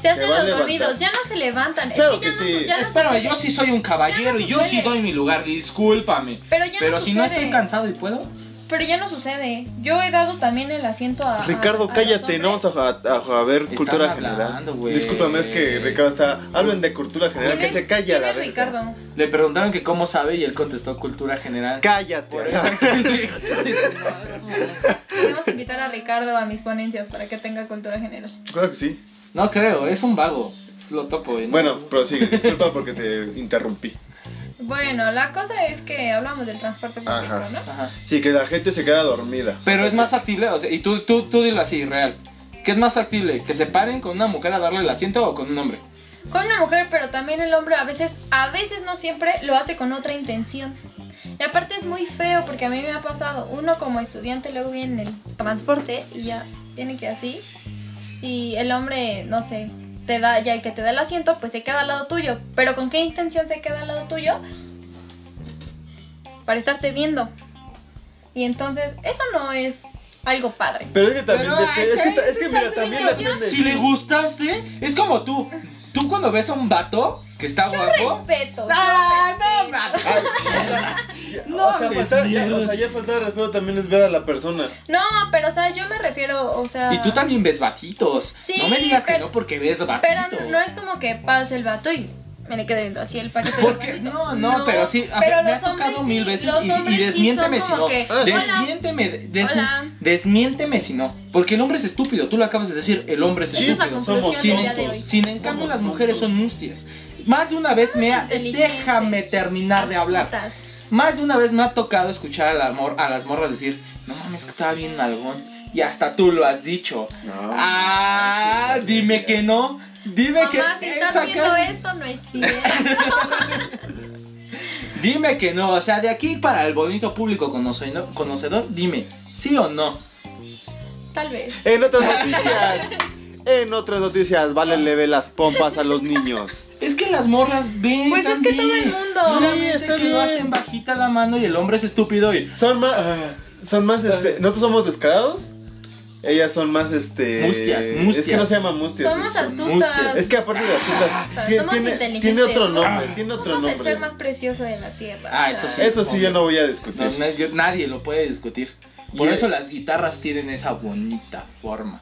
[SPEAKER 3] se hacen
[SPEAKER 1] se va a
[SPEAKER 3] los
[SPEAKER 1] levantar.
[SPEAKER 3] dormidos, ya no se levantan.
[SPEAKER 1] Claro
[SPEAKER 3] es que ya
[SPEAKER 1] que
[SPEAKER 3] no,
[SPEAKER 1] sí.
[SPEAKER 3] su- ya no
[SPEAKER 2] Espera,
[SPEAKER 3] sucede.
[SPEAKER 2] yo sí soy un caballero
[SPEAKER 3] Ya no
[SPEAKER 2] y yo sí
[SPEAKER 3] sucede.
[SPEAKER 2] doy mi lugar. Discúlpame.
[SPEAKER 3] Pero ya
[SPEAKER 2] pero
[SPEAKER 3] no
[SPEAKER 2] si
[SPEAKER 3] sucede.
[SPEAKER 2] no estoy cansado y puedo.
[SPEAKER 3] Pero ya no sucede. Yo he dado también el asiento a. a- a
[SPEAKER 1] Ricardo,
[SPEAKER 3] los
[SPEAKER 1] cállate, no
[SPEAKER 3] hombres.
[SPEAKER 1] vamos a, a- a ver
[SPEAKER 2] Están
[SPEAKER 1] cultura
[SPEAKER 2] hablando,
[SPEAKER 1] general.
[SPEAKER 2] güey.
[SPEAKER 1] Discúlpame, es que Ricardo está. Hablen de cultura general,
[SPEAKER 3] ¿Quién
[SPEAKER 1] que
[SPEAKER 3] es-
[SPEAKER 1] se calla
[SPEAKER 3] quién
[SPEAKER 1] la
[SPEAKER 3] es
[SPEAKER 1] verga.
[SPEAKER 3] Ricardo?
[SPEAKER 2] Le preguntaron que cómo sabe y él contestó cultura general.
[SPEAKER 1] Cállate.
[SPEAKER 2] Por
[SPEAKER 1] ajá.
[SPEAKER 2] eso-
[SPEAKER 3] Podemos invitar a Ricardo a mis ponencias para que tenga cultura general.
[SPEAKER 1] Claro que sí.
[SPEAKER 2] No creo, es un vago. Lo topo. ¿eh? ¿no?
[SPEAKER 1] Bueno, prosigue. Disculpa porque te interrumpí.
[SPEAKER 3] Bueno, la cosa es que hablamos del transporte público,
[SPEAKER 1] Ajá.
[SPEAKER 3] ¿no?
[SPEAKER 2] Ajá.
[SPEAKER 1] Sí, que la gente se queda dormida.
[SPEAKER 2] Pero es más factible, o sea, y tú, tú, tú dilo así, real. ¿Qué es más factible? ¿Que se paren con una mujer a darle el asiento o con un hombre?
[SPEAKER 3] Con una mujer, pero también el hombre a veces, a veces no siempre, lo hace con otra intención. Y aparte es muy feo porque a mí me ha pasado, uno como estudiante luego viene en el transporte y ya tiene que así. Y el hombre, no sé, te da, ya el que te da el asiento, pues se queda al lado tuyo. Pero ¿con qué intención se queda al lado tuyo? Para estarte viendo. Y entonces, eso no es algo padre.
[SPEAKER 1] Pero es que también.
[SPEAKER 2] Pero,
[SPEAKER 1] es, que,
[SPEAKER 2] ay,
[SPEAKER 1] es que ta-
[SPEAKER 2] ¿qué?
[SPEAKER 1] es que mira, también depende.
[SPEAKER 2] Si le gustaste, es como tú. Tú cuando ves a un vato que está guapo.
[SPEAKER 3] Respeto.
[SPEAKER 2] ¡Ah, no,
[SPEAKER 3] respeto.
[SPEAKER 2] mames! pues,
[SPEAKER 1] Ay, o sea, ya-
[SPEAKER 2] No
[SPEAKER 1] o sea,
[SPEAKER 2] hables
[SPEAKER 1] faltar- ya-
[SPEAKER 2] mierda.
[SPEAKER 1] o sea, ya falta de respeto también es ver a la persona.
[SPEAKER 3] No, pero o sea, yo me refiero, o sea...
[SPEAKER 2] Y tú también ves batitos.
[SPEAKER 3] Sí,
[SPEAKER 2] no me digas que
[SPEAKER 3] pero-
[SPEAKER 2] no porque ves batitos.
[SPEAKER 3] Pero no es como que pase el vato y me le quede viendo así el paquete.
[SPEAKER 2] ¿Por
[SPEAKER 3] del
[SPEAKER 2] qué? No,
[SPEAKER 3] batito.
[SPEAKER 2] no, pero sí, a
[SPEAKER 3] pero
[SPEAKER 2] ver, me
[SPEAKER 3] los
[SPEAKER 2] ha tocado
[SPEAKER 3] hombres
[SPEAKER 2] mil
[SPEAKER 3] sí,
[SPEAKER 2] veces
[SPEAKER 3] los
[SPEAKER 2] y- y,
[SPEAKER 3] hombres sí
[SPEAKER 2] desmiénteme
[SPEAKER 3] son
[SPEAKER 2] si no.
[SPEAKER 3] como que,
[SPEAKER 2] Desmiénteme, des-
[SPEAKER 3] Hola.
[SPEAKER 2] desmiénteme si no. Porque el hombre es estúpido, tú lo acabas de decir, el hombre es
[SPEAKER 1] Sí,
[SPEAKER 3] Esa es la
[SPEAKER 2] estúpido.
[SPEAKER 1] somos
[SPEAKER 3] conclusión del día de
[SPEAKER 1] tontos.
[SPEAKER 3] hoy.
[SPEAKER 2] Sin en cambio
[SPEAKER 1] Somos
[SPEAKER 2] las mujeres
[SPEAKER 1] tontos.
[SPEAKER 2] son mustias. Más de una vez me ha...
[SPEAKER 3] inteligentes,
[SPEAKER 2] Déjame terminar de hablar.
[SPEAKER 3] Astutas.
[SPEAKER 2] Más de una vez me ha tocado escuchar a, la mor- a las morras decir, no mames que estaba bien nalgón. Y hasta tú lo has dicho.
[SPEAKER 1] No.
[SPEAKER 2] ah, dime que no. Dime que...
[SPEAKER 3] Mamá, si estás
[SPEAKER 2] esa
[SPEAKER 3] viendo
[SPEAKER 2] cara-
[SPEAKER 3] esto, no es cierto.
[SPEAKER 2] Dime que no, o sea, de aquí para el bonito público conocedor, conocedor dime, ¿sí o no?
[SPEAKER 3] Tal vez.
[SPEAKER 1] En otras noticias. En otras noticias, vale leve las pompas a los niños.
[SPEAKER 2] Es que las morras ven.
[SPEAKER 3] Pues es que
[SPEAKER 2] también.
[SPEAKER 3] todo el mundo.
[SPEAKER 1] Sí,
[SPEAKER 2] Solamente
[SPEAKER 1] está
[SPEAKER 2] que lo
[SPEAKER 1] bien.
[SPEAKER 2] hacen bajita la mano y el hombre es estúpido y.
[SPEAKER 1] Son más. Son más, este. Nosotros somos descarados. Ellas son más, este.
[SPEAKER 2] Mustias,
[SPEAKER 1] Es que no
[SPEAKER 2] mustias.
[SPEAKER 1] se llama mustias.
[SPEAKER 3] Somos
[SPEAKER 1] es-
[SPEAKER 3] astutas.
[SPEAKER 1] es que aparte de las tiendas, tiene,
[SPEAKER 3] Somos
[SPEAKER 1] tiene,
[SPEAKER 3] inteligentes,
[SPEAKER 1] tiene otro
[SPEAKER 3] somos-
[SPEAKER 1] nombre, tiene otro
[SPEAKER 3] Somos el
[SPEAKER 1] nombre.
[SPEAKER 3] ser más precioso de la tierra.
[SPEAKER 2] Ah,
[SPEAKER 3] o
[SPEAKER 2] eso
[SPEAKER 3] sea,
[SPEAKER 2] sí.
[SPEAKER 1] Eso sí yo no voy a discutir.
[SPEAKER 2] No, no, yo- nadie lo puede discutir. Por
[SPEAKER 1] Y-
[SPEAKER 2] eso las guitarras tienen esa bonita forma.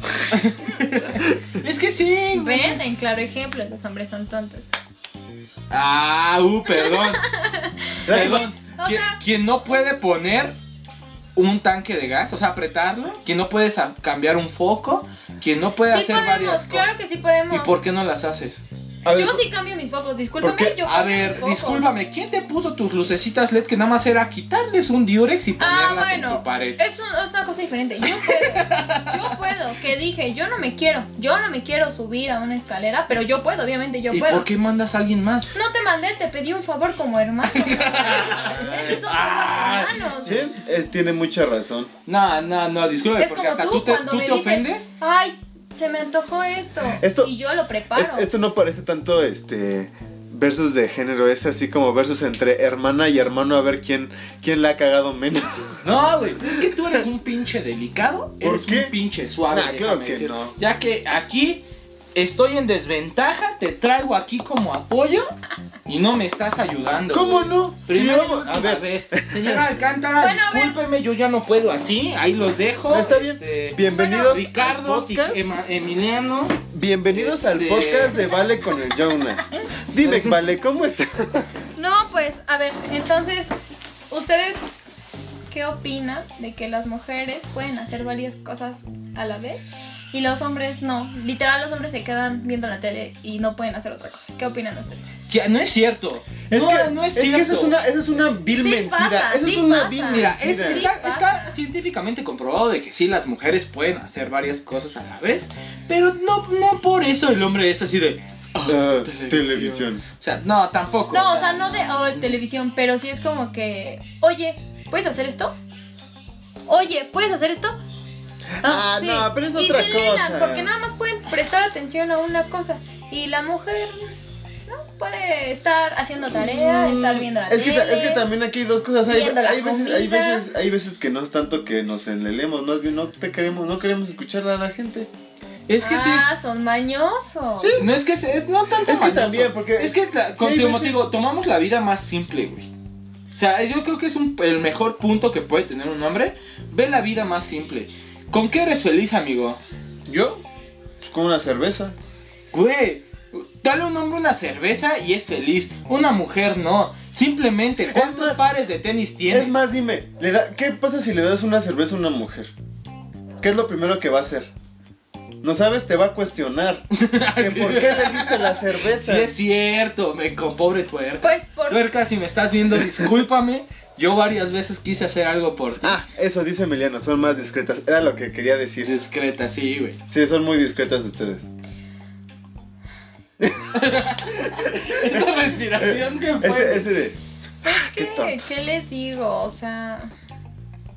[SPEAKER 2] es que sí. güey.
[SPEAKER 3] Ven, en claro ejemplo, los hombres son tontos.
[SPEAKER 2] Ah, uh, perdón.
[SPEAKER 1] Lástima-
[SPEAKER 2] Perdón.
[SPEAKER 3] O
[SPEAKER 2] Quien,
[SPEAKER 3] sea-
[SPEAKER 2] quien no puede poner un tanque de gas, o sea, apretarlo, quien no puede sa- cambiar un foco, quien no puede
[SPEAKER 3] Sí
[SPEAKER 2] hacer
[SPEAKER 3] podemos,
[SPEAKER 2] varias
[SPEAKER 3] claro
[SPEAKER 2] cosas.
[SPEAKER 3] que sí podemos.
[SPEAKER 2] ¿Y por qué no las haces?
[SPEAKER 1] A ver,
[SPEAKER 3] Yo sí cambio mis focos, discúlpame,
[SPEAKER 1] qué?
[SPEAKER 3] yo
[SPEAKER 2] A
[SPEAKER 3] cambio mis
[SPEAKER 2] ver,
[SPEAKER 3] focos.
[SPEAKER 2] discúlpame, ¿quién te puso tus lucecitas LED que nada más era quitarles un diurex y ponerlas
[SPEAKER 3] Ah,
[SPEAKER 2] en
[SPEAKER 3] bueno,
[SPEAKER 2] tu pared?
[SPEAKER 3] es, un- es una cosa diferente. Yo puedo, yo puedo, que dije, yo no me quiero, yo no me quiero subir a una escalera, pero yo puedo, obviamente yo
[SPEAKER 2] ¿Y
[SPEAKER 3] puedo.
[SPEAKER 2] por qué mandas a alguien más?
[SPEAKER 3] No te mandé, te pedí un favor como hermano. es que somos
[SPEAKER 2] Ah,
[SPEAKER 3] hermanos.
[SPEAKER 1] sí, eh, tiene mucha razón.
[SPEAKER 2] No, no, no, discúlpame,
[SPEAKER 3] Es
[SPEAKER 2] porque
[SPEAKER 3] como
[SPEAKER 2] hasta
[SPEAKER 3] tú,
[SPEAKER 2] tú, te,
[SPEAKER 3] cuando
[SPEAKER 2] tú
[SPEAKER 3] me
[SPEAKER 2] te
[SPEAKER 3] dices,
[SPEAKER 2] ofendes.
[SPEAKER 3] ay, se me antojó esto,
[SPEAKER 1] Esto-
[SPEAKER 3] y yo lo preparo.
[SPEAKER 1] Es- esto no parece tanto este versus de género, es así como versus entre hermana y hermano a ver quién quién la ha cagado menos.
[SPEAKER 2] No, güey, es que tú eres un pinche delicado, eres
[SPEAKER 1] qué?
[SPEAKER 2] un pinche suave.
[SPEAKER 1] Nah,
[SPEAKER 2] déjame
[SPEAKER 1] claro que
[SPEAKER 2] decirlo.
[SPEAKER 1] no.
[SPEAKER 2] Ya que aquí estoy en desventaja, te traigo aquí como apoyo y no me estás ayudando.
[SPEAKER 1] ¿Cómo
[SPEAKER 2] güey.
[SPEAKER 1] no?
[SPEAKER 2] Primero,
[SPEAKER 1] Sí,
[SPEAKER 2] y
[SPEAKER 1] vamos- a
[SPEAKER 2] última
[SPEAKER 1] ver.
[SPEAKER 2] vez. Señora Alcántara,
[SPEAKER 3] Bueno, a ver.
[SPEAKER 2] discúlpeme, yo ya no puedo así, ahí los dejo.
[SPEAKER 1] Está bien.
[SPEAKER 2] este,
[SPEAKER 1] Bienvenidos al
[SPEAKER 2] Ricardo,
[SPEAKER 1] podcast.
[SPEAKER 2] y Ema- Emiliano.
[SPEAKER 1] Bienvenidos al
[SPEAKER 2] Este-
[SPEAKER 1] podcast de Vale con el Jonas. Dime, Vale, ¿cómo estás?
[SPEAKER 3] No, pues, a ver, entonces, ustedes qué opina de que las mujeres pueden hacer varias cosas a la vez y los hombres no. Literal, los hombres se quedan viendo la tele y no pueden hacer otra cosa. ¿Qué opinan ustedes?
[SPEAKER 2] Que no es cierto.
[SPEAKER 1] Es
[SPEAKER 2] no,
[SPEAKER 1] que,
[SPEAKER 2] no es,
[SPEAKER 1] es
[SPEAKER 2] cierto.
[SPEAKER 1] que eso es una, eso es una vil
[SPEAKER 3] Sí
[SPEAKER 1] mentira.
[SPEAKER 3] pasa,
[SPEAKER 1] eso es
[SPEAKER 3] sí
[SPEAKER 1] una
[SPEAKER 3] pasa.
[SPEAKER 1] vil
[SPEAKER 2] Ah, Mira, es-
[SPEAKER 1] mentira.
[SPEAKER 3] Sí,
[SPEAKER 2] está,
[SPEAKER 3] pasa.
[SPEAKER 2] está científicamente comprobado de que sí, las mujeres pueden hacer varias cosas a la vez, pero no, no por eso el hombre es así de... "Ah,
[SPEAKER 1] Ah,
[SPEAKER 2] televisión. O sea, no, tampoco.
[SPEAKER 3] No, o sea, no de oh, televisión, pero sí es como que, oye, ¿puedes hacer esto? Oye, ¿puedes hacer esto?
[SPEAKER 1] Ah, no, pero es
[SPEAKER 3] Y
[SPEAKER 1] otra
[SPEAKER 3] se ligan,
[SPEAKER 1] cosa.
[SPEAKER 3] porque nada más pueden prestar atención a una cosa. Y la mujer no puede estar haciendo tarea, estar viendo la
[SPEAKER 1] Mm, es que, ta-
[SPEAKER 3] tele.
[SPEAKER 1] es que también aquí hay dos cosas. Hay,
[SPEAKER 3] viendo la
[SPEAKER 1] hay veces, hay,
[SPEAKER 3] comida.
[SPEAKER 1] veces, hay veces que no es tanto que nos enlelemos, más bien no te queremos, no queremos escucharla a la gente.
[SPEAKER 2] Es que te-
[SPEAKER 3] Ah, son mañosos.
[SPEAKER 2] Sí, no es que es, es no tanto
[SPEAKER 1] Es que
[SPEAKER 2] mañoso.
[SPEAKER 1] también, porque-
[SPEAKER 2] es que la-
[SPEAKER 1] Sí, pues,
[SPEAKER 2] con
[SPEAKER 1] hay
[SPEAKER 2] como
[SPEAKER 1] veces-
[SPEAKER 2] te digo, tomamos la vida más simple, güey. O sea, yo creo que es un- el mejor punto que puede tener un hombre. Ve la vida más simple. ¿Con qué eres feliz, amigo?
[SPEAKER 1] ¿Yo? Pues con una cerveza.
[SPEAKER 2] Güey, dale a un hombre una cerveza y es feliz. Una mujer no. Simplemente, ¿cuántos
[SPEAKER 1] más-
[SPEAKER 2] pares de tenis tienes?
[SPEAKER 1] Es más, dime, ¿le da, ¿qué pasa si le das una cerveza a una mujer? ¿Qué es lo primero que va a hacer? No sabes, te va a cuestionar. que ¿Por qué le diste la cerveza?
[SPEAKER 2] Ah, Sí, es cierto, me con pobre tuerca.
[SPEAKER 3] Pues por
[SPEAKER 2] Tuerca, si me estás viendo, discúlpame. Yo varias veces quise hacer algo por ti.
[SPEAKER 1] Ah, eso dice Emiliano, son más discretas. Era lo que quería decir.
[SPEAKER 2] Discreta, sí, güey.
[SPEAKER 1] Sí, son muy discretas ustedes.
[SPEAKER 2] Esa respiración que fue.
[SPEAKER 1] Ese, ese de.
[SPEAKER 3] Pues,
[SPEAKER 1] qué
[SPEAKER 3] ¿qué,
[SPEAKER 1] tontos.
[SPEAKER 3] ¿Qué les digo? O sea,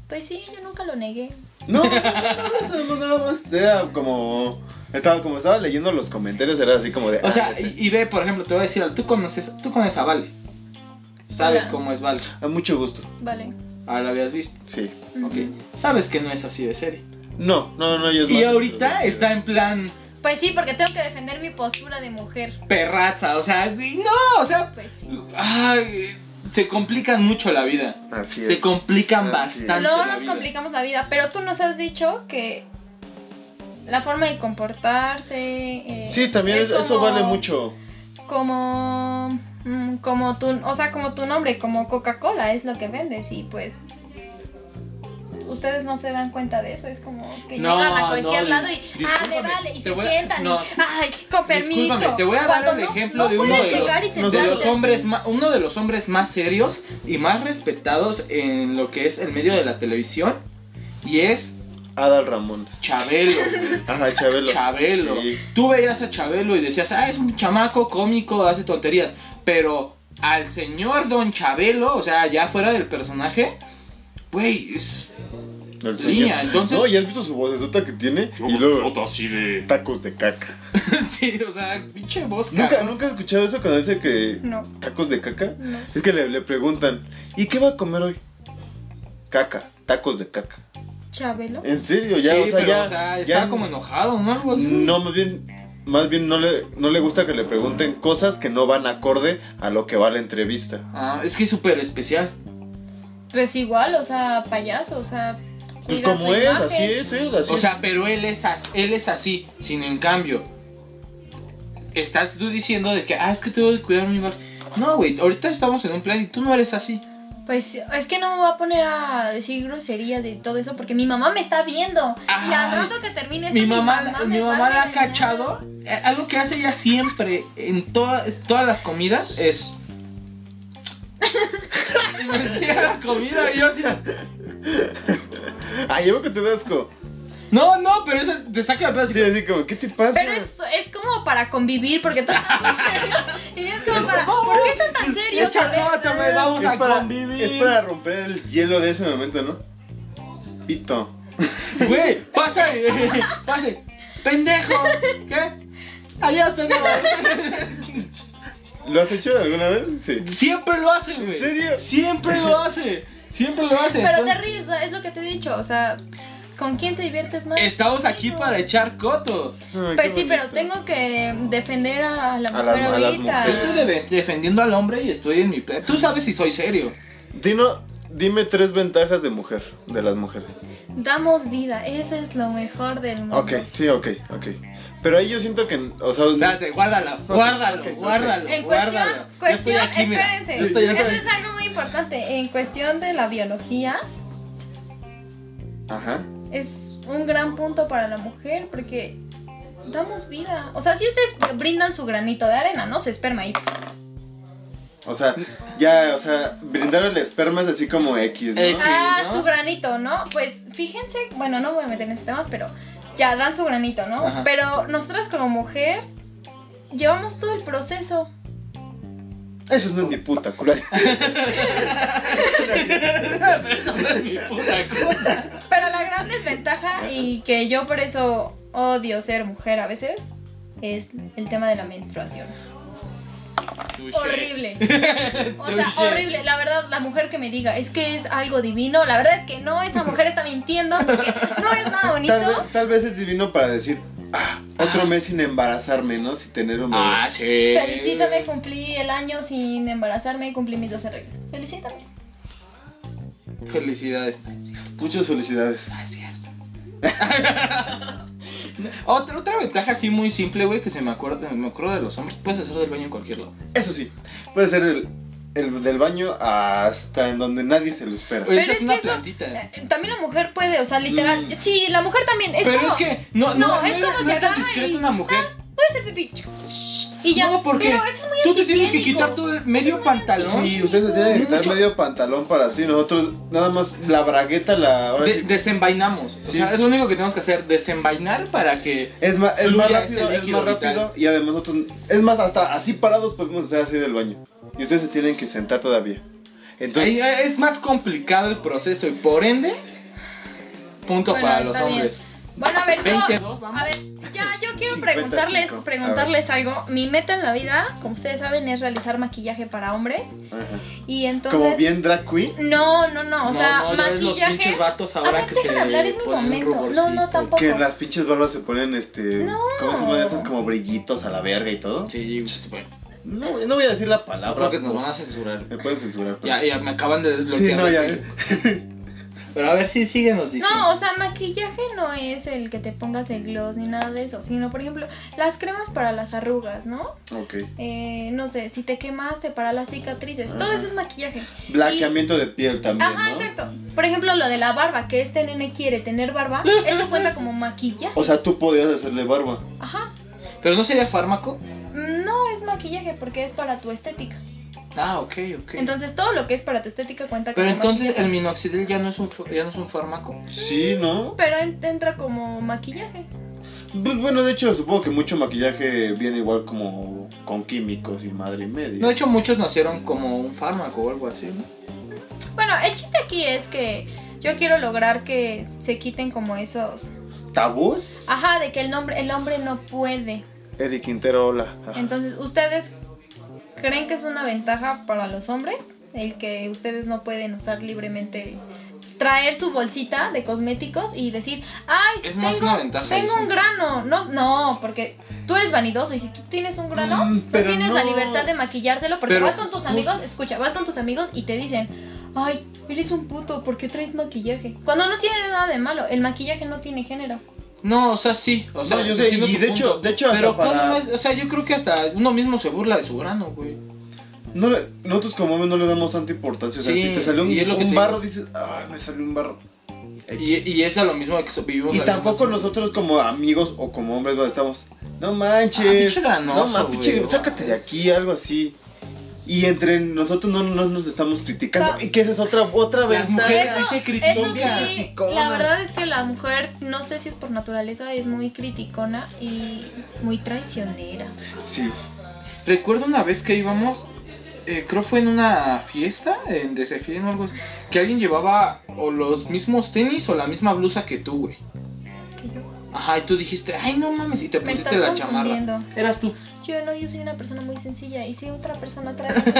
[SPEAKER 3] pues sí, yo nunca lo negué.
[SPEAKER 1] No, no, no, no, nada más. Era como. Estaba, como estaba leyendo los comentarios, era así como de.
[SPEAKER 2] O
[SPEAKER 1] ah,
[SPEAKER 2] sea,
[SPEAKER 1] ya sé.
[SPEAKER 2] y, y ve, por ejemplo, te voy a decir, algo, tú conoces, tú conoces a Vale. Sabes
[SPEAKER 3] Hola.
[SPEAKER 2] cómo es Vale.
[SPEAKER 1] A mucho gusto.
[SPEAKER 3] Vale.
[SPEAKER 2] Ahora lo habías visto.
[SPEAKER 1] Sí.
[SPEAKER 3] Ujú.
[SPEAKER 2] ok. Sabes que no es así de serie.
[SPEAKER 1] No, no, no, yo.
[SPEAKER 2] Y ahorita está en plan
[SPEAKER 3] Pues sí, porque tengo que defender mi postura de mujer.
[SPEAKER 2] perraza. O sea, güey, no, o sea,
[SPEAKER 3] Pues sí.
[SPEAKER 2] ay, se complican mucho la vida.
[SPEAKER 1] Así es.
[SPEAKER 2] Se complican
[SPEAKER 1] Así es.
[SPEAKER 2] bastante.
[SPEAKER 3] No
[SPEAKER 2] la
[SPEAKER 3] nos
[SPEAKER 2] vida.
[SPEAKER 3] complicamos la vida, pero tú nos has dicho que la forma de comportarse. eh,
[SPEAKER 1] Sí, también
[SPEAKER 3] es
[SPEAKER 1] es- eso
[SPEAKER 3] como-
[SPEAKER 1] vale mucho.
[SPEAKER 3] Como. mm, Como tu, o sea, como tu nombre, como Coca-Cola es lo que vendes y pues ustedes no se dan cuenta de eso, es como que
[SPEAKER 2] No,
[SPEAKER 3] llegan a cualquier
[SPEAKER 2] no,
[SPEAKER 3] lado y ah,
[SPEAKER 2] discúlpame,
[SPEAKER 3] le vale y
[SPEAKER 2] te
[SPEAKER 3] se
[SPEAKER 2] voy a-
[SPEAKER 3] sientan
[SPEAKER 2] no.
[SPEAKER 3] y ay, con permiso.
[SPEAKER 2] Discúlpame, te voy a dar
[SPEAKER 3] Cuando
[SPEAKER 2] el
[SPEAKER 3] no-
[SPEAKER 2] ejemplo
[SPEAKER 3] no
[SPEAKER 2] de uno
[SPEAKER 3] puedes
[SPEAKER 2] de los,
[SPEAKER 3] llegar y
[SPEAKER 1] de los
[SPEAKER 2] de
[SPEAKER 3] sentarte
[SPEAKER 2] los
[SPEAKER 3] así.
[SPEAKER 2] hombres, ma- uno de los hombres más serios y más respetados en lo que es el medio de la televisión y es
[SPEAKER 1] Adal Ramones.
[SPEAKER 2] Chabelo. güey.
[SPEAKER 1] Ajá, Chabelo.
[SPEAKER 2] Chabelo.
[SPEAKER 1] Sí.
[SPEAKER 2] Tú veías a Chabelo y decías, ah, es un chamaco cómico, hace tonterías. Pero al señor Don Chabelo, o sea, ya fuera del personaje, güey, es.
[SPEAKER 1] El
[SPEAKER 2] Línea,
[SPEAKER 1] señor.
[SPEAKER 2] entonces-
[SPEAKER 1] No, y has visto su vocesota que tiene. Y luego. Tacos de caca.
[SPEAKER 2] sí, o sea, pinche voz
[SPEAKER 1] ¿Nunca,
[SPEAKER 2] cabrón.
[SPEAKER 1] ¿Nunca has escuchado eso cuando dice que.
[SPEAKER 3] No,
[SPEAKER 1] ¿Tacos de caca?
[SPEAKER 3] no.
[SPEAKER 1] Es que le, le preguntan, ¿y qué va a comer hoy? Caca, tacos de caca.
[SPEAKER 3] Chabelo.
[SPEAKER 1] En serio, ya,
[SPEAKER 2] sí,
[SPEAKER 1] o sea,
[SPEAKER 2] pero,
[SPEAKER 1] ya.
[SPEAKER 2] o sea,
[SPEAKER 1] ya
[SPEAKER 2] está como enojado, ¿no? Algo
[SPEAKER 3] Pues
[SPEAKER 2] así.
[SPEAKER 1] No, más bien, más bien no le, no le gusta que le pregunten cosas que no van acorde a lo que va la entrevista.
[SPEAKER 2] Ah, es que es súper especial.
[SPEAKER 3] Pues igual, o sea, payaso, o sea.
[SPEAKER 1] Pues
[SPEAKER 3] cuida
[SPEAKER 1] como
[SPEAKER 3] su
[SPEAKER 1] es,
[SPEAKER 3] imagen.
[SPEAKER 1] así es, él, así
[SPEAKER 2] O
[SPEAKER 1] es.
[SPEAKER 2] sea, pero él es, as- él es así, sin en cambio. Estás tú diciendo de que, ah, es que tengo que cuidar mi imagen. No, güey, ahorita estamos en un plan y tú no eres así.
[SPEAKER 3] Pues es que no me voy a poner a decir groserías de todo eso porque mi mamá me está viendo. y al
[SPEAKER 2] Ay,
[SPEAKER 3] rato que termine esto,
[SPEAKER 2] Mi mamá,
[SPEAKER 3] me
[SPEAKER 2] mi
[SPEAKER 3] va a
[SPEAKER 2] mamá la ha
[SPEAKER 3] regañar.
[SPEAKER 2] cachado. eh, Algo que hace ella siempre en todas todas las comidas es. Y me enseña la comida y yo así.
[SPEAKER 1] Ay, yo veo que te da asco.
[SPEAKER 2] No, no, pero eso te saca de pedo así.
[SPEAKER 1] Sí, así como, ¿qué te pasa?
[SPEAKER 3] Pero es, es como para convivir porque tú estás muy serio. Y es como para. ¿Por qué están tan serios?
[SPEAKER 2] Echa
[SPEAKER 3] A ver,
[SPEAKER 2] nota, güey,
[SPEAKER 1] Es
[SPEAKER 2] vamos a
[SPEAKER 1] para,
[SPEAKER 2] convivir.
[SPEAKER 1] es para romper el hielo de ese momento, ¿no? Pito.
[SPEAKER 2] Güey, pase, pase. Pendejo, ¿qué? Adiós, pendejo.
[SPEAKER 1] ¿Lo has hecho alguna vez? Sí.
[SPEAKER 2] Siempre lo hace, güey.
[SPEAKER 1] ¿En serio?
[SPEAKER 2] Siempre lo hace. Siempre lo hace.
[SPEAKER 3] Pero te
[SPEAKER 2] Entonces,
[SPEAKER 3] ríes, es lo que te he dicho. O sea, ¿con quién te diviertes más?
[SPEAKER 2] Estamos aquí para echar coto.
[SPEAKER 1] Ay, qué
[SPEAKER 3] Pues sí,
[SPEAKER 1] bonito.
[SPEAKER 3] pero tengo que defender a la
[SPEAKER 1] A
[SPEAKER 3] mujer
[SPEAKER 1] las- a las
[SPEAKER 3] ahorita.
[SPEAKER 2] Yo estoy de- defendiendo al hombre y estoy en mi pe. Tú sabes si soy serio.
[SPEAKER 1] Dino, dime tres ventajas de mujer, de las mujeres.
[SPEAKER 3] Damos vida, eso es lo mejor del mundo.
[SPEAKER 1] Ok, sí, ok, ok. Pero ahí yo siento que, o sea,
[SPEAKER 2] Espérate, guárdalo, guárdalo,
[SPEAKER 1] ok, ok.
[SPEAKER 2] guárdalo,
[SPEAKER 3] En cuestión,
[SPEAKER 2] guárdalo. Yo estoy
[SPEAKER 3] cuestión
[SPEAKER 2] aquí, mira.
[SPEAKER 3] espérense,
[SPEAKER 2] Yo estoy
[SPEAKER 3] eso
[SPEAKER 2] aquí.
[SPEAKER 3] es algo muy importante. En cuestión de la biología,
[SPEAKER 1] Ajá.
[SPEAKER 3] es un gran punto para la mujer porque damos vida. O sea, si ustedes brindan su granito de arena, ¿no? Su esperma y
[SPEAKER 1] O sea, ya, o sea, brindar el esperma es así como X, ¿no?
[SPEAKER 2] X.
[SPEAKER 3] Ah,
[SPEAKER 2] ¿no?
[SPEAKER 3] su granito, ¿no? Pues fíjense, bueno, no voy a meter en esos temas, pero ya dan su granito, ¿no?
[SPEAKER 2] Ajá.
[SPEAKER 3] Pero nosotras como mujer llevamos todo el proceso.
[SPEAKER 1] Eso no es mi puta culo.
[SPEAKER 2] Pero eso no es mi puta cosa.
[SPEAKER 3] Pero la gran desventaja y que yo por eso odio ser mujer a veces es el tema de la menstruación.
[SPEAKER 2] Touché.
[SPEAKER 3] Horrible. O sea,
[SPEAKER 2] Touché.
[SPEAKER 3] horrible. La verdad, la mujer que me diga es que es algo divino, la verdad es que no, esa mujer está mintiendo porque no es nada bonito.
[SPEAKER 1] Tal vez, tal vez es divino para decir, ah, otro mes sin embarazarme, ¿no? Sin tener un bebé.
[SPEAKER 2] Ah, sí.
[SPEAKER 3] Felicítame, cumplí el año sin embarazarme y cumplí mis 12 reglas. Felicítame.
[SPEAKER 2] Felicidades.
[SPEAKER 1] Muchas felicidades.
[SPEAKER 2] Ah, es cierto. otra, otra ventaja así muy simple, güey, que se me acuerda, me acuerdo de los hombres, puedes hacer del baño en cualquier lado.
[SPEAKER 1] Eso sí, puede ser el, el del baño hasta en donde nadie se lo espera.
[SPEAKER 2] Oye,
[SPEAKER 3] Pero
[SPEAKER 2] esa
[SPEAKER 3] es
[SPEAKER 2] es una
[SPEAKER 3] que eso-
[SPEAKER 2] plantita.
[SPEAKER 3] Eh, También la mujer puede, o sea, literal.
[SPEAKER 1] Mm.
[SPEAKER 3] Sí, la mujer también. Es
[SPEAKER 2] Pero
[SPEAKER 3] como,
[SPEAKER 2] es que no,
[SPEAKER 3] no,
[SPEAKER 2] no,
[SPEAKER 3] es como si
[SPEAKER 2] no es tan
[SPEAKER 3] agarra
[SPEAKER 2] discreta
[SPEAKER 3] y-
[SPEAKER 2] una mujer.
[SPEAKER 3] Puede ser pipí. Y ya.
[SPEAKER 2] No, porque
[SPEAKER 3] Pero eso es muy
[SPEAKER 2] Tú te tienes que
[SPEAKER 3] antihigiénico.
[SPEAKER 2] quitar todo el medio pantalón.
[SPEAKER 1] Sí, ustedes se tienen que quitar
[SPEAKER 2] Mucho.
[SPEAKER 1] medio pantalón para así. Nosotros nada más la bragueta, la. ahora
[SPEAKER 2] De-
[SPEAKER 1] sí,
[SPEAKER 2] desenvainamos. O
[SPEAKER 1] Sí.
[SPEAKER 2] sea, es lo único que tenemos que hacer, desenvainar para que
[SPEAKER 1] es más, es más
[SPEAKER 2] fluya
[SPEAKER 1] rápido,
[SPEAKER 2] ese
[SPEAKER 1] es
[SPEAKER 2] líquido
[SPEAKER 1] más rápido.
[SPEAKER 2] vital.
[SPEAKER 1] Y además, nosotros. Es más, hasta así parados podemos hacer así del baño. Y ustedes se tienen que sentar todavía. Entonces,
[SPEAKER 2] Ahí, eh, es más complicado el proceso y por ende punto
[SPEAKER 3] Bueno,
[SPEAKER 2] para los
[SPEAKER 3] está bien.
[SPEAKER 2] hombres.
[SPEAKER 3] Bueno, a ver, yo.
[SPEAKER 2] 22, vamos.
[SPEAKER 3] A ver, ya, yo quiero
[SPEAKER 1] 55,
[SPEAKER 3] preguntarles,
[SPEAKER 1] a ver.
[SPEAKER 3] preguntarles algo. Mi meta en la vida, como ustedes saben, es realizar maquillaje para hombres.
[SPEAKER 1] ajá.
[SPEAKER 3] Y entonces.
[SPEAKER 1] como bien drag queen.
[SPEAKER 3] No, no, no. O sea,
[SPEAKER 2] no, no, ya ves los
[SPEAKER 3] maquillaje.
[SPEAKER 2] pinches vatos
[SPEAKER 3] A
[SPEAKER 2] ahora
[SPEAKER 3] ver,
[SPEAKER 2] que
[SPEAKER 3] déjenme
[SPEAKER 2] se
[SPEAKER 3] hablar, es mi
[SPEAKER 2] ponen
[SPEAKER 3] momento.
[SPEAKER 2] ruborcito.
[SPEAKER 3] No, no, tampoco.
[SPEAKER 1] Que en las pinches barbas se ponen este.
[SPEAKER 3] No.
[SPEAKER 1] ¿Cómo se llaman esas como brillitos a la verga y todo?
[SPEAKER 2] Sí, pues, bueno,
[SPEAKER 1] No, no voy a decir la
[SPEAKER 2] no
[SPEAKER 1] palabra.
[SPEAKER 2] creo que nos
[SPEAKER 1] como-
[SPEAKER 2] van a censurar.
[SPEAKER 1] Me pueden censurar. pero-
[SPEAKER 2] Ya, ya me acaban de desbloquear.
[SPEAKER 1] Sí, no,
[SPEAKER 2] la
[SPEAKER 1] ya.
[SPEAKER 2] Facebook. Pero a ver si síguenos diciendo.
[SPEAKER 3] No, o sea, maquillaje no es el que te pongas el gloss ni nada de eso, sino, por ejemplo, las cremas para las arrugas, ¿no?
[SPEAKER 1] Ok.
[SPEAKER 3] Eh, no sé, si te quemaste para las cicatrices, todo
[SPEAKER 1] Ajá.
[SPEAKER 3] eso es maquillaje.
[SPEAKER 1] Blanqueamiento de piel también.
[SPEAKER 3] Ajá,
[SPEAKER 1] ¿no?
[SPEAKER 3] exacto. Por ejemplo, lo de la barba, que este nene quiere tener barba, eso cuenta como maquillaje.
[SPEAKER 1] O sea, tú podrías hacerle barba.
[SPEAKER 3] Ajá.
[SPEAKER 2] Pero no sería fármaco.
[SPEAKER 3] Mm, No es maquillaje porque es para tu estética.
[SPEAKER 2] Ah, ok, ok.
[SPEAKER 3] Entonces, todo lo que es para tu estética cuenta como
[SPEAKER 2] Pero entonces el
[SPEAKER 3] maquillaje.
[SPEAKER 2] minoxidil ya no es un fu- ya no es un fármaco.
[SPEAKER 1] Sí, ¿no?
[SPEAKER 3] Pero en- entra como maquillaje.
[SPEAKER 1] Bu- Bueno, de hecho, supongo que mucho maquillaje viene igual como con químicos y madre y media.
[SPEAKER 2] No, de hecho muchos nacieron como un fármaco o algo así, ¿no?
[SPEAKER 3] Bueno, el chiste aquí es que yo quiero lograr que se quiten como esos
[SPEAKER 1] ¿Tabús?
[SPEAKER 3] Ajá, de que el hombre, el hombre no puede.
[SPEAKER 1] Eric Quintero, hola. Ah.
[SPEAKER 3] Entonces, ¿ustedes creen que es una ventaja para los hombres? El que ustedes no pueden usar libremente, traer su bolsita de cosméticos y decir, ay,
[SPEAKER 2] Es más
[SPEAKER 3] tengo,
[SPEAKER 2] una ventaja,
[SPEAKER 3] tengo
[SPEAKER 2] dicen.
[SPEAKER 3] un grano. No, no, porque tú eres vanidoso y si tú tienes un grano,
[SPEAKER 1] Mm,
[SPEAKER 3] no
[SPEAKER 1] pero
[SPEAKER 3] tienes la
[SPEAKER 1] no.
[SPEAKER 3] libertad de maquillártelo porque
[SPEAKER 2] Pero
[SPEAKER 3] vas con tus
[SPEAKER 2] tú-
[SPEAKER 3] amigos, escucha, vas con tus amigos y te dicen, ay, eres un puto, ¿por qué traes maquillaje? Cuando no tiene nada de malo, el maquillaje no tiene género.
[SPEAKER 2] No, o sea, sí. O sea,
[SPEAKER 1] No, yo sé,
[SPEAKER 2] entiendo
[SPEAKER 1] y
[SPEAKER 2] tu
[SPEAKER 1] de hecho- de hecho hasta
[SPEAKER 2] pero ¿cómo
[SPEAKER 1] para-
[SPEAKER 2] es? o sea, yo creo que hasta uno mismo se burla de su grano, güey.
[SPEAKER 1] No le- nosotros como hombres no le damos tanta importancia. O sea,
[SPEAKER 2] Sí,
[SPEAKER 1] si te salió un,
[SPEAKER 2] y es lo que
[SPEAKER 1] un
[SPEAKER 2] te
[SPEAKER 1] barro, dices, ah, me salió un barro.
[SPEAKER 2] Y, y es a lo mismo que so- vivimos
[SPEAKER 1] Y
[SPEAKER 2] la
[SPEAKER 1] tampoco
[SPEAKER 2] misma-
[SPEAKER 1] nosotros como amigos o como hombres ¿no? estamos. No manches.
[SPEAKER 2] Ah, pinche granoso,
[SPEAKER 1] no ma- pinche,
[SPEAKER 2] güey. ah".
[SPEAKER 1] sácate de aquí, algo así. Y entre nosotros no, no nos estamos criticando.
[SPEAKER 3] Sa-
[SPEAKER 1] y que esa es otra, otra
[SPEAKER 2] Las mujeres
[SPEAKER 1] ventaja.
[SPEAKER 2] sí se critican.
[SPEAKER 3] Eso
[SPEAKER 2] son
[SPEAKER 3] sí,
[SPEAKER 2] bien
[SPEAKER 3] la
[SPEAKER 2] criticonas.
[SPEAKER 3] verdad es que la mujer, no sé si es por naturaleza, es muy criticona y muy traicionera.
[SPEAKER 1] Sí.
[SPEAKER 2] Recuerdo una vez que íbamos, eh, creo fue en una fiesta, en Desafío o algo así, que alguien llevaba o los mismos tenis o la misma blusa que tú, güey. Ajá, y tú dijiste, ay, no mames, y te
[SPEAKER 3] Me
[SPEAKER 2] pusiste
[SPEAKER 3] estás
[SPEAKER 2] la chamarra.
[SPEAKER 3] confundiendo.
[SPEAKER 2] Eras tú.
[SPEAKER 3] Yo no, yo soy una persona muy sencilla y si otra persona trae...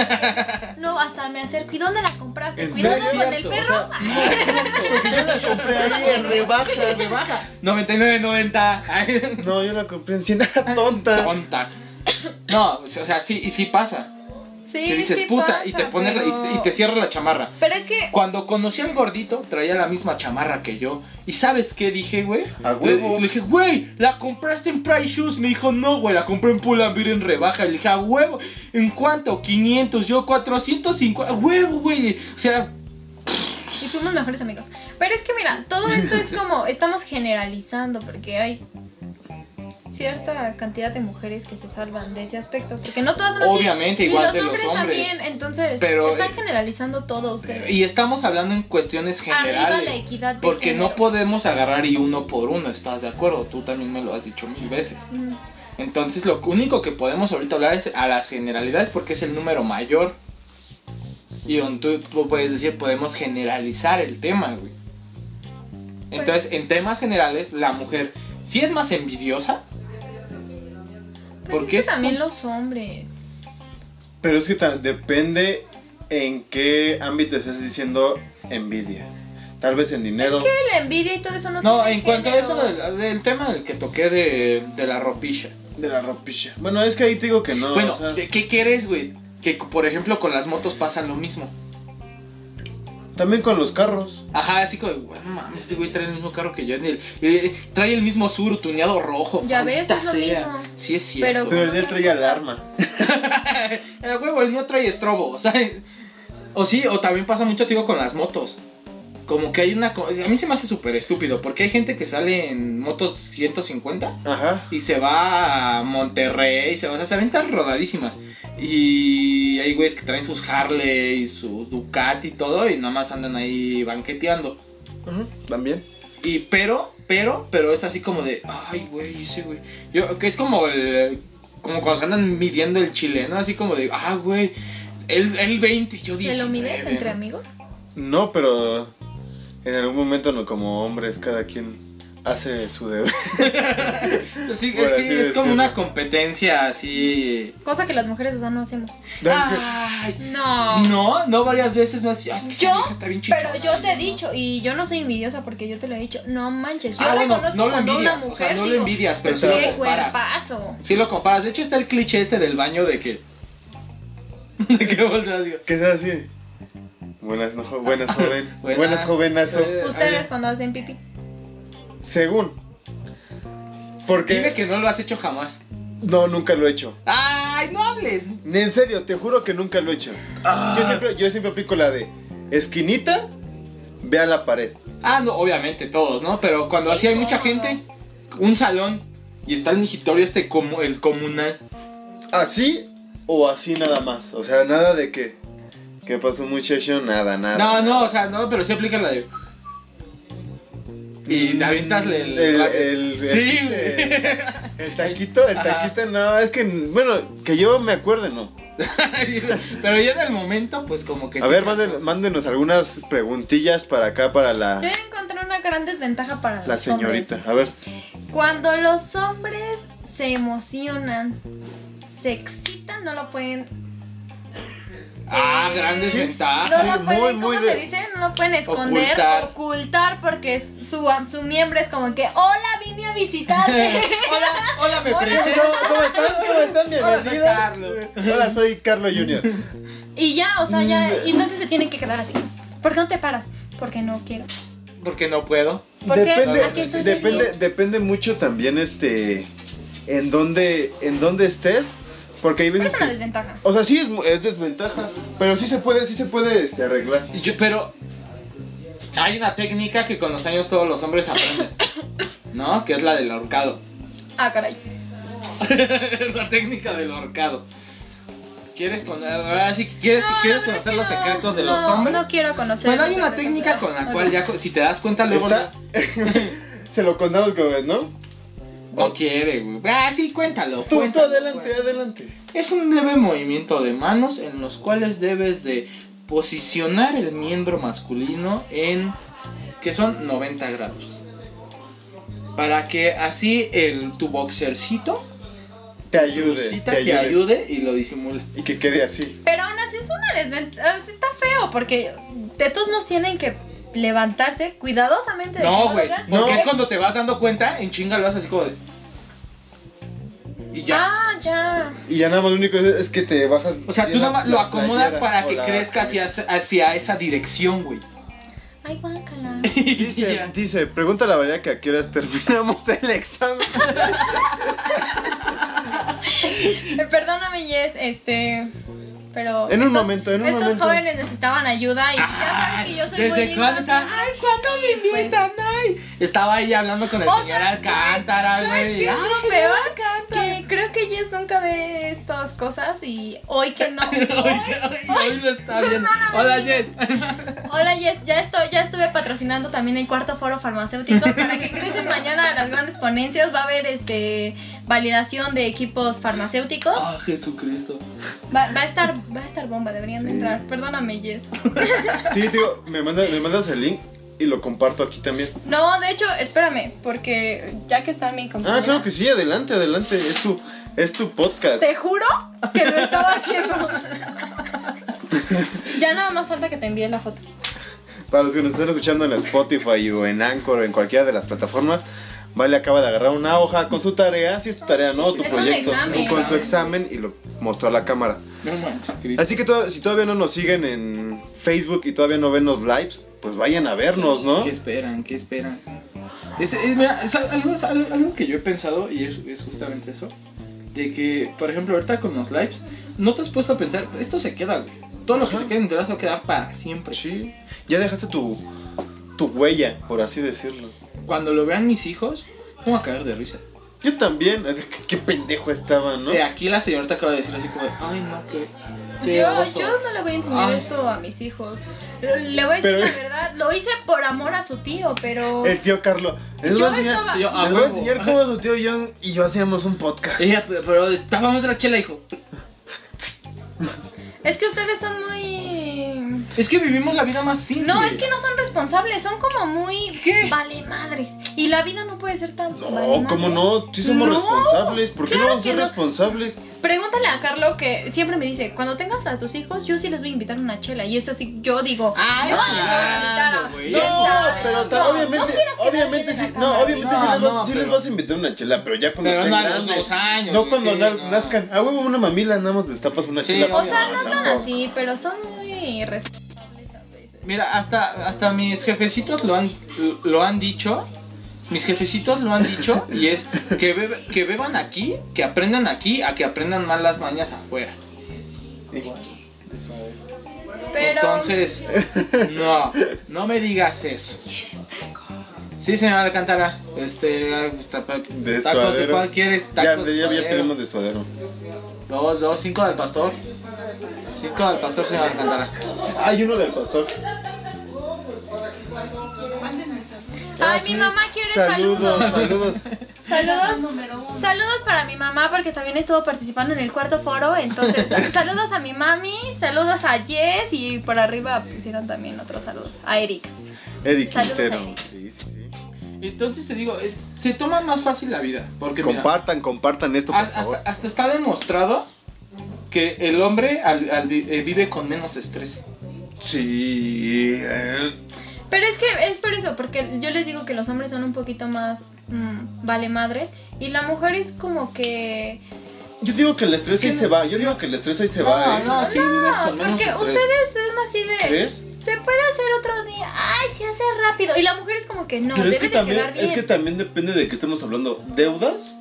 [SPEAKER 3] no, hasta me acerco. ¿Y dónde la compraste?
[SPEAKER 1] ¿En
[SPEAKER 3] ¿Cuidado
[SPEAKER 1] serio?
[SPEAKER 3] con el perro?
[SPEAKER 1] Yo la compré ahí en rebaja.
[SPEAKER 2] Me baja. 99.90. Ay,
[SPEAKER 1] No, yo la compré en Ciénaga tonta.
[SPEAKER 2] Tonta. No, o sea, sí, y sí pasa.
[SPEAKER 3] sí,
[SPEAKER 2] Que dices
[SPEAKER 3] sí
[SPEAKER 2] puta
[SPEAKER 3] pasa,
[SPEAKER 2] y te pones la- y-
[SPEAKER 3] pero-
[SPEAKER 2] y te cierra la chamarra.
[SPEAKER 3] Pero es que...
[SPEAKER 2] Cuando conocí al gordito, traía la misma chamarra que yo. ¿Y sabes qué dije, güey?
[SPEAKER 1] A
[SPEAKER 2] Le,
[SPEAKER 1] huevo.
[SPEAKER 2] le dije, güey, ¿la compraste en Price Shoes? Me dijo, no, güey, la compré en Pull and Bear en rebaja. Le dije, a huevo, ¿en cuánto? 500, yo 450. ¡A huevo, güey! O sea,
[SPEAKER 3] Y fuimos mejores amigos. Pero es que mira, todo esto es como, estamos generalizando porque hay cierta cantidad de mujeres que se salvan de ese aspecto, porque no todas son así.
[SPEAKER 2] Obviamente, igual
[SPEAKER 3] y los
[SPEAKER 2] de los
[SPEAKER 3] hombres
[SPEAKER 2] hombres.
[SPEAKER 3] también, entonces
[SPEAKER 2] Pero,
[SPEAKER 3] están
[SPEAKER 2] eh,
[SPEAKER 3] generalizando todo ustedes.
[SPEAKER 2] Y estamos hablando en cuestiones
[SPEAKER 3] Arriba la
[SPEAKER 2] generales.
[SPEAKER 3] equidad de
[SPEAKER 2] Porque no
[SPEAKER 3] género.
[SPEAKER 2] podemos agarrar y uno por uno, ¿estás de acuerdo? Tú también me lo has dicho mil veces.
[SPEAKER 3] Mm.
[SPEAKER 2] Entonces lo único que podemos ahorita hablar es a las generalidades porque es el número mayor. Y donde tú, tú puedes decir, podemos generalizar el tema, güey. Entonces, en temas generales, la mujer sí es más envidiosa.
[SPEAKER 3] Pues
[SPEAKER 2] Porque
[SPEAKER 3] es
[SPEAKER 2] es
[SPEAKER 3] que también los hombres.
[SPEAKER 1] Pero es que ta- depende en qué ámbito estás diciendo envidia. Tal vez en dinero.
[SPEAKER 3] La envidia y todo eso no
[SPEAKER 2] No,
[SPEAKER 3] tiene
[SPEAKER 2] en cuanto a
[SPEAKER 3] género.
[SPEAKER 2] eso del, del tema del que toqué de, de la ropilla.
[SPEAKER 1] De la ropilla. Bueno, es que ahí te digo que no.
[SPEAKER 2] bueno, eh.
[SPEAKER 1] o sea,
[SPEAKER 2] ¿qué- ¿qué quieres, güey? Que por ejemplo con las motos pasa lo mismo.
[SPEAKER 1] también con los carros.
[SPEAKER 2] Ajá, así como, bueno, mames, este güey trae el mismo carro que yo. ni el- eh, trae el mismo sur tuneado rojo.
[SPEAKER 3] Ya ves,
[SPEAKER 2] maldita
[SPEAKER 3] es lo
[SPEAKER 2] sea.
[SPEAKER 3] mismo.
[SPEAKER 2] Sí, es cierto.
[SPEAKER 1] Pero el de él
[SPEAKER 3] otras
[SPEAKER 1] traía
[SPEAKER 3] cosas.
[SPEAKER 1] alarma.
[SPEAKER 2] el huevo, el mío trae estrobo, o sea, O sí, o también pasa mucho, te digo, con las motos. Como que hay una. co- A mí se me hace súper estúpido, porque hay gente que sale en motos 150
[SPEAKER 1] Ajá.
[SPEAKER 2] y se va a Monterrey, se, o sea, se aventan rodadísimas. Y hay güeyes que traen sus Harley y sus Ducati y todo, y nada más andan ahí banqueteando.
[SPEAKER 1] Ujú, También.
[SPEAKER 2] Y pero, pero, pero es así como de, ay, güey, ese güey. Yo, que es como el, como cuando se andan midiendo el chileno, así como de, ah, güey, él, él 20, yo
[SPEAKER 3] ¿Se
[SPEAKER 2] 19.
[SPEAKER 3] lo miden
[SPEAKER 2] ¿no?
[SPEAKER 3] entre amigos?
[SPEAKER 1] No, pero en algún momento no como hombres, cada quien hace su deber.
[SPEAKER 2] Sí,
[SPEAKER 1] Por
[SPEAKER 2] sí,
[SPEAKER 1] así
[SPEAKER 2] es como
[SPEAKER 1] decirlo.
[SPEAKER 2] una competencia así.
[SPEAKER 3] Cosa que las mujeres, o sea, no hacemos.
[SPEAKER 2] Ah. Ay,
[SPEAKER 3] No.
[SPEAKER 2] no, no varias veces me has ah, es que esa
[SPEAKER 3] Yo,
[SPEAKER 2] vieja está bien
[SPEAKER 3] Pero
[SPEAKER 2] chichona,
[SPEAKER 3] yo te he
[SPEAKER 2] ¿no?
[SPEAKER 3] dicho, y yo no soy envidiosa porque yo te lo he dicho, no manches. Yo
[SPEAKER 2] Ah, bueno,
[SPEAKER 3] reconozco
[SPEAKER 2] no lo
[SPEAKER 3] cuando
[SPEAKER 2] envidias,
[SPEAKER 3] una mujer.
[SPEAKER 2] o sea, no lo
[SPEAKER 3] digo,
[SPEAKER 2] envidias, pero sí
[SPEAKER 1] "Qué
[SPEAKER 2] lo
[SPEAKER 3] ¡Qué
[SPEAKER 2] comparas.
[SPEAKER 3] cuerpazo!
[SPEAKER 2] Sí lo comparas. De hecho está el cliché este del baño de que de que volteas digo,
[SPEAKER 1] ¿Qué es así? Buenas, no, jo- buenas joven.
[SPEAKER 2] Buena.
[SPEAKER 1] Buenas jovenazo.
[SPEAKER 2] eh,
[SPEAKER 3] Ustedes cuando hacen pipí.
[SPEAKER 1] Según. Porque
[SPEAKER 2] Dime que no lo has hecho jamás.
[SPEAKER 1] no nunca lo he hecho.
[SPEAKER 2] ¡Ay, no hables!
[SPEAKER 1] Ni En serio, te juro que nunca lo he hecho.
[SPEAKER 2] Ah.
[SPEAKER 1] Yo siempre yo siempre aplico la de esquinita ve a la pared.
[SPEAKER 2] Ah, no, obviamente todos, ¿no? Pero cuando así hay mucha gente, un salón y está el migitorio este como el comunal.
[SPEAKER 1] Así o así nada más. O sea, nada de que ¿Qué pasó muchacho? Nada, nada.
[SPEAKER 2] No, no, o sea, no, pero sí aplica la de. Y te avientas el.
[SPEAKER 1] el, el, el-
[SPEAKER 2] sí,
[SPEAKER 1] el-
[SPEAKER 2] güey.
[SPEAKER 1] el taquito, el
[SPEAKER 2] Ajá.
[SPEAKER 1] taquito, no, es que, bueno, que yo me acuerde, no.
[SPEAKER 2] Pero ya en el momento, pues como que.
[SPEAKER 1] A
[SPEAKER 2] sí
[SPEAKER 1] ver,
[SPEAKER 2] se-
[SPEAKER 1] mándenos, mándenos algunas preguntillas para acá, para la,
[SPEAKER 3] Yo encontré una gran desventaja para
[SPEAKER 1] la
[SPEAKER 3] los hombres.
[SPEAKER 1] señorita. A ver,
[SPEAKER 3] Cuando los hombres se emocionan, se excitan, no lo pueden.
[SPEAKER 2] Ah, gran
[SPEAKER 3] Sí.
[SPEAKER 2] desventaja.
[SPEAKER 3] no
[SPEAKER 1] sí,
[SPEAKER 3] lo pueden,
[SPEAKER 1] muy,
[SPEAKER 3] ¿cómo
[SPEAKER 1] muy
[SPEAKER 3] se
[SPEAKER 1] de-
[SPEAKER 3] dice? No lo pueden esconder,
[SPEAKER 2] Ocultar.
[SPEAKER 3] ocultar, porque es- su, su miembro es como que, hola, vine a visitarte.
[SPEAKER 2] hola, hola, me
[SPEAKER 3] Hola.
[SPEAKER 2] presento.
[SPEAKER 1] ¿Cómo están? ¿Cómo están?
[SPEAKER 2] Hola, soy
[SPEAKER 1] Bienvenidas.
[SPEAKER 2] Carlos.
[SPEAKER 1] Eh, Hola, soy Carlos Junior.
[SPEAKER 3] y ya, o sea,
[SPEAKER 1] Mm.
[SPEAKER 3] ya, y entonces se tienen que quedar así. ¿Por qué no te paras? Porque no quiero.
[SPEAKER 2] Porque no puedo.
[SPEAKER 3] ¿Por qué?
[SPEAKER 1] Depende,
[SPEAKER 3] Aquí estoy
[SPEAKER 1] depende,
[SPEAKER 3] sentado.
[SPEAKER 1] depende mucho también este en dónde, en dónde estés. Porque hay
[SPEAKER 3] Pero
[SPEAKER 1] veces
[SPEAKER 3] es una
[SPEAKER 1] que.
[SPEAKER 3] desventaja.
[SPEAKER 1] O sea, sí es, es desventaja. Pero sí se puede, sí se puede este, arreglar.
[SPEAKER 2] Yo- pero hay una técnica que con los años todos los hombres aprenden, ¿no? Que es la del ahorcado.
[SPEAKER 3] Ah, caray.
[SPEAKER 2] la técnica del ahorcado. ¿Quieres, con, ahora sí que quieres,
[SPEAKER 3] No,
[SPEAKER 2] quieres
[SPEAKER 3] la verdad es
[SPEAKER 2] conocer
[SPEAKER 3] que
[SPEAKER 2] los
[SPEAKER 3] no,
[SPEAKER 2] secretos de
[SPEAKER 3] no,
[SPEAKER 2] los hombres?
[SPEAKER 3] No quiero conocer.
[SPEAKER 2] bueno, hay
[SPEAKER 3] los
[SPEAKER 2] una
[SPEAKER 3] secretos
[SPEAKER 2] técnica
[SPEAKER 3] de-
[SPEAKER 2] con la
[SPEAKER 3] Ok.
[SPEAKER 2] cual ya, co- si te das cuenta, luego
[SPEAKER 1] Está- Se lo contamos como, ¿no?
[SPEAKER 2] no, no quiere, güey. Ah, sí, cuéntalo.
[SPEAKER 1] Tú, tú
[SPEAKER 2] cuéntalo,
[SPEAKER 1] adelante,
[SPEAKER 2] cuéntalo.
[SPEAKER 1] adelante.
[SPEAKER 2] Es un leve movimiento de manos en los cuales debes de posicionar el miembro masculino en que son 90 grados. Para que así el tu boxercito
[SPEAKER 1] Te
[SPEAKER 2] tu
[SPEAKER 1] ayude.
[SPEAKER 2] cita,
[SPEAKER 1] Te ayude.
[SPEAKER 2] y lo disimule.
[SPEAKER 1] Y que quede así.
[SPEAKER 3] Pero aún así es una desventaja. Está feo porque de todos nos tienen que levantarse cuidadosamente. de que
[SPEAKER 2] No,
[SPEAKER 3] lo
[SPEAKER 2] güey,
[SPEAKER 3] hagan.
[SPEAKER 2] porque
[SPEAKER 1] No.
[SPEAKER 2] es cuando te vas dando cuenta, en chinga lo haces así como de y ya.
[SPEAKER 3] Ah, ya.
[SPEAKER 1] Y ya nada más lo único es, es que te bajas.
[SPEAKER 2] o sea, tú
[SPEAKER 1] bien la-
[SPEAKER 2] nada más lo
[SPEAKER 1] la
[SPEAKER 2] acomodas
[SPEAKER 1] playera
[SPEAKER 2] para
[SPEAKER 1] o
[SPEAKER 2] que
[SPEAKER 1] la
[SPEAKER 2] crezca hacia, hacia esa dirección, güey.
[SPEAKER 3] Ay, guácala.
[SPEAKER 2] Y
[SPEAKER 1] Dice,
[SPEAKER 2] ya.
[SPEAKER 1] dice, pregunta la Valeria que a qué horas terminamos el examen.
[SPEAKER 3] Eh, Perdóname, Jess, este. Pero
[SPEAKER 1] En un momento, en un
[SPEAKER 3] estos
[SPEAKER 1] momento.
[SPEAKER 3] jóvenes necesitaban ayuda y ya saben que yo soy muy
[SPEAKER 2] ¿Desde cuándo
[SPEAKER 3] ignorante.
[SPEAKER 2] estaba? Ay, ¿cuándo me
[SPEAKER 3] pues.
[SPEAKER 2] invitan? Ay. Estaba ahí hablando con el
[SPEAKER 3] O sea,
[SPEAKER 2] señor
[SPEAKER 3] ¿sabes-
[SPEAKER 2] Alcántara,
[SPEAKER 3] sabes
[SPEAKER 2] güey.
[SPEAKER 3] qué es
[SPEAKER 2] Ay,
[SPEAKER 3] lo peor?
[SPEAKER 2] Alcántara.
[SPEAKER 3] Que creo que Jess nunca ve estas cosas y hoy que no.
[SPEAKER 2] Hoy, hoy- hoy lo está viendo. Hola, Jess.
[SPEAKER 3] Hola Jess, ya estoy, ya estuve patrocinando también el cuarto foro farmacéutico para que ingresen mañana a las grandes ponencias. Va a haber este validación de equipos farmacéuticos.
[SPEAKER 2] Ah, Jesucristo.
[SPEAKER 3] Va, va a estar, va a estar bomba, deberían de
[SPEAKER 1] Sí.
[SPEAKER 3] entrar. Perdóname, Jess.
[SPEAKER 1] Sí, digo, me, manda- me mandas el link y lo comparto aquí también.
[SPEAKER 3] No, de hecho, espérame, porque ya que está mi compañera.
[SPEAKER 1] Ah, claro que sí, adelante, adelante. Es tu, es tu podcast.
[SPEAKER 3] Te juro que lo estaba haciendo. ya nada más falta que te envíe la foto.
[SPEAKER 1] Para los que nos están escuchando en Spotify o en Anchor o en cualquiera de las plataformas, Vale acaba de agarrar una hoja con su tarea, si es tu tarea, no, tu
[SPEAKER 3] Es un
[SPEAKER 1] proyecto,
[SPEAKER 3] examen.
[SPEAKER 1] con su examen y lo mostró a la cámara.
[SPEAKER 2] No manches, Cristo.
[SPEAKER 1] Así que to- si todavía no nos siguen en Facebook y todavía no ven los lives, pues vayan a vernos, ¿no?
[SPEAKER 2] ¿Qué esperan? ¿Qué esperan? Es, es- mira, es algo, es algo- algo que yo he pensado y es, es justamente eso. De que, por ejemplo, ahorita con los lives, no te has puesto a pensar, esto se queda, güey. Todo lo que se quede en internet se va a quedar para siempre.
[SPEAKER 1] Sí, ya dejaste tu, tu huella, por así decirlo.
[SPEAKER 2] Cuando lo vean mis hijos, me voy a caer de risa.
[SPEAKER 1] Yo también, qué, qué pendejo estaba, ¿no?
[SPEAKER 2] Eh, aquí la señorita acaba de decir así como, de, ay no, que...
[SPEAKER 3] Yo, yo no le voy a enseñar
[SPEAKER 2] Ay.
[SPEAKER 3] esto a mis hijos. Le voy a decir
[SPEAKER 1] Ah. Pero-
[SPEAKER 3] la verdad. Lo hice por amor a su tío, pero.
[SPEAKER 1] El tío Carlos. Les
[SPEAKER 3] Yo
[SPEAKER 1] voy a enseñar,
[SPEAKER 3] estaba-
[SPEAKER 2] Yo, a
[SPEAKER 1] les voy a
[SPEAKER 2] huevo. Eh,
[SPEAKER 1] enseñar cómo su tío John y yo hacíamos un podcast.
[SPEAKER 2] Ella, pero estaba en otra chela, hijo.
[SPEAKER 3] Es que ustedes son muy.
[SPEAKER 2] Es que vivimos la vida más simple.
[SPEAKER 3] No, es que no son responsables, son como muy.
[SPEAKER 2] ¿Qué?
[SPEAKER 3] Vale madres. Y la vida no puede ser tan.
[SPEAKER 1] No,
[SPEAKER 3] vale
[SPEAKER 1] ¿cómo
[SPEAKER 3] madres.
[SPEAKER 1] no? Sí somos
[SPEAKER 3] No,
[SPEAKER 1] responsables. ¿Por qué
[SPEAKER 3] claro
[SPEAKER 1] no vamos a
[SPEAKER 3] que
[SPEAKER 1] ser
[SPEAKER 3] no.
[SPEAKER 1] responsables?
[SPEAKER 3] Pregúntale a Carlo que siempre me dice: cuando tengas a tus hijos, yo sí les voy a invitar una chela. Y es así, yo digo.
[SPEAKER 2] Ay,
[SPEAKER 3] no,
[SPEAKER 2] Ah, claro,
[SPEAKER 3] no,
[SPEAKER 2] güey.
[SPEAKER 1] No,
[SPEAKER 3] ¿quién sabe?
[SPEAKER 1] pero ta-
[SPEAKER 3] No, no
[SPEAKER 1] obviamente,
[SPEAKER 3] quieras quedar
[SPEAKER 1] obviamente
[SPEAKER 3] bien en
[SPEAKER 1] sí,
[SPEAKER 3] la
[SPEAKER 1] no,
[SPEAKER 3] cámara.
[SPEAKER 1] obviamente
[SPEAKER 2] No,
[SPEAKER 1] sí, les vas,
[SPEAKER 2] no,
[SPEAKER 1] sí
[SPEAKER 2] pero-
[SPEAKER 1] les vas a invitar una chela, pero ya cuando
[SPEAKER 2] Pero
[SPEAKER 1] estén
[SPEAKER 2] no a los
[SPEAKER 1] grandes.
[SPEAKER 2] dos años.
[SPEAKER 1] no
[SPEAKER 2] güey,
[SPEAKER 1] cuando
[SPEAKER 2] sí,
[SPEAKER 1] na-
[SPEAKER 2] no.
[SPEAKER 1] nazcan, ah, huevo, una mamila nada más destapas una
[SPEAKER 2] Sí,
[SPEAKER 1] chela.
[SPEAKER 2] obvio.
[SPEAKER 3] O sea, no tan
[SPEAKER 1] tampoco.
[SPEAKER 3] así, pero son muy responsables a veces.
[SPEAKER 2] Mira, hasta, hasta mis jefecitos lo han, lo han dicho. Mis jefecitos lo han dicho y es que, bebe- que beban aquí, que aprendan aquí, a que aprendan más las mañas afuera.
[SPEAKER 3] Pero.
[SPEAKER 2] Entonces, no, no me digas eso. Sí, señora Alcántara, este, tapa-
[SPEAKER 1] De
[SPEAKER 2] tacos de
[SPEAKER 1] suadero.
[SPEAKER 2] cuál quieres,
[SPEAKER 1] Ya,
[SPEAKER 2] tacos de
[SPEAKER 1] ya, ya
[SPEAKER 2] suadero.
[SPEAKER 1] pedimos de suadero.
[SPEAKER 2] Dos, dos, cinco del pastor. Cinco del pastor, señora Alcántara.
[SPEAKER 1] Hay uno del pastor.
[SPEAKER 3] Ay,
[SPEAKER 1] Ah,
[SPEAKER 3] mi
[SPEAKER 1] sí.
[SPEAKER 3] mamá quiere
[SPEAKER 1] Saludos,
[SPEAKER 3] saludos.
[SPEAKER 1] saludos.
[SPEAKER 3] Saludos, saludos para mi mamá porque también estuvo participando en el cuarto foro. Entonces, saludos a mi mami, saludos a Jess y por arriba pusieron también otros saludos. A Eric.
[SPEAKER 1] Eric
[SPEAKER 3] Saludos a
[SPEAKER 1] Quintero.
[SPEAKER 3] Eric.
[SPEAKER 1] Sí, sí, sí.
[SPEAKER 2] Entonces te digo, eh, se toma más fácil la vida. Porque mira,
[SPEAKER 1] Compartan, compartan esto, por
[SPEAKER 2] Hasta,
[SPEAKER 1] favor.
[SPEAKER 2] hasta- hasta está demostrado que el hombre al- al vi- eh, vive con menos estrés.
[SPEAKER 1] Sí. eh,
[SPEAKER 3] Pero es que es por eso, porque yo les digo que los hombres son un poquito más mm, vale madres y la mujer es como que...
[SPEAKER 1] Yo digo que el estrés
[SPEAKER 2] Sí,
[SPEAKER 1] ahí
[SPEAKER 2] no.
[SPEAKER 1] se va. Yo digo que el estrés ahí se va. ¿eh?
[SPEAKER 2] sí vives
[SPEAKER 3] No, porque ustedes son así de...
[SPEAKER 1] ¿Crees?
[SPEAKER 3] Se puede hacer otro día. Ay, se hace rápido. Y la mujer es como que no,
[SPEAKER 1] Pero
[SPEAKER 3] debe
[SPEAKER 1] es que,
[SPEAKER 3] de
[SPEAKER 1] también,
[SPEAKER 3] quedar bien.
[SPEAKER 1] es que también depende de qué estamos hablando. ¿Deudas?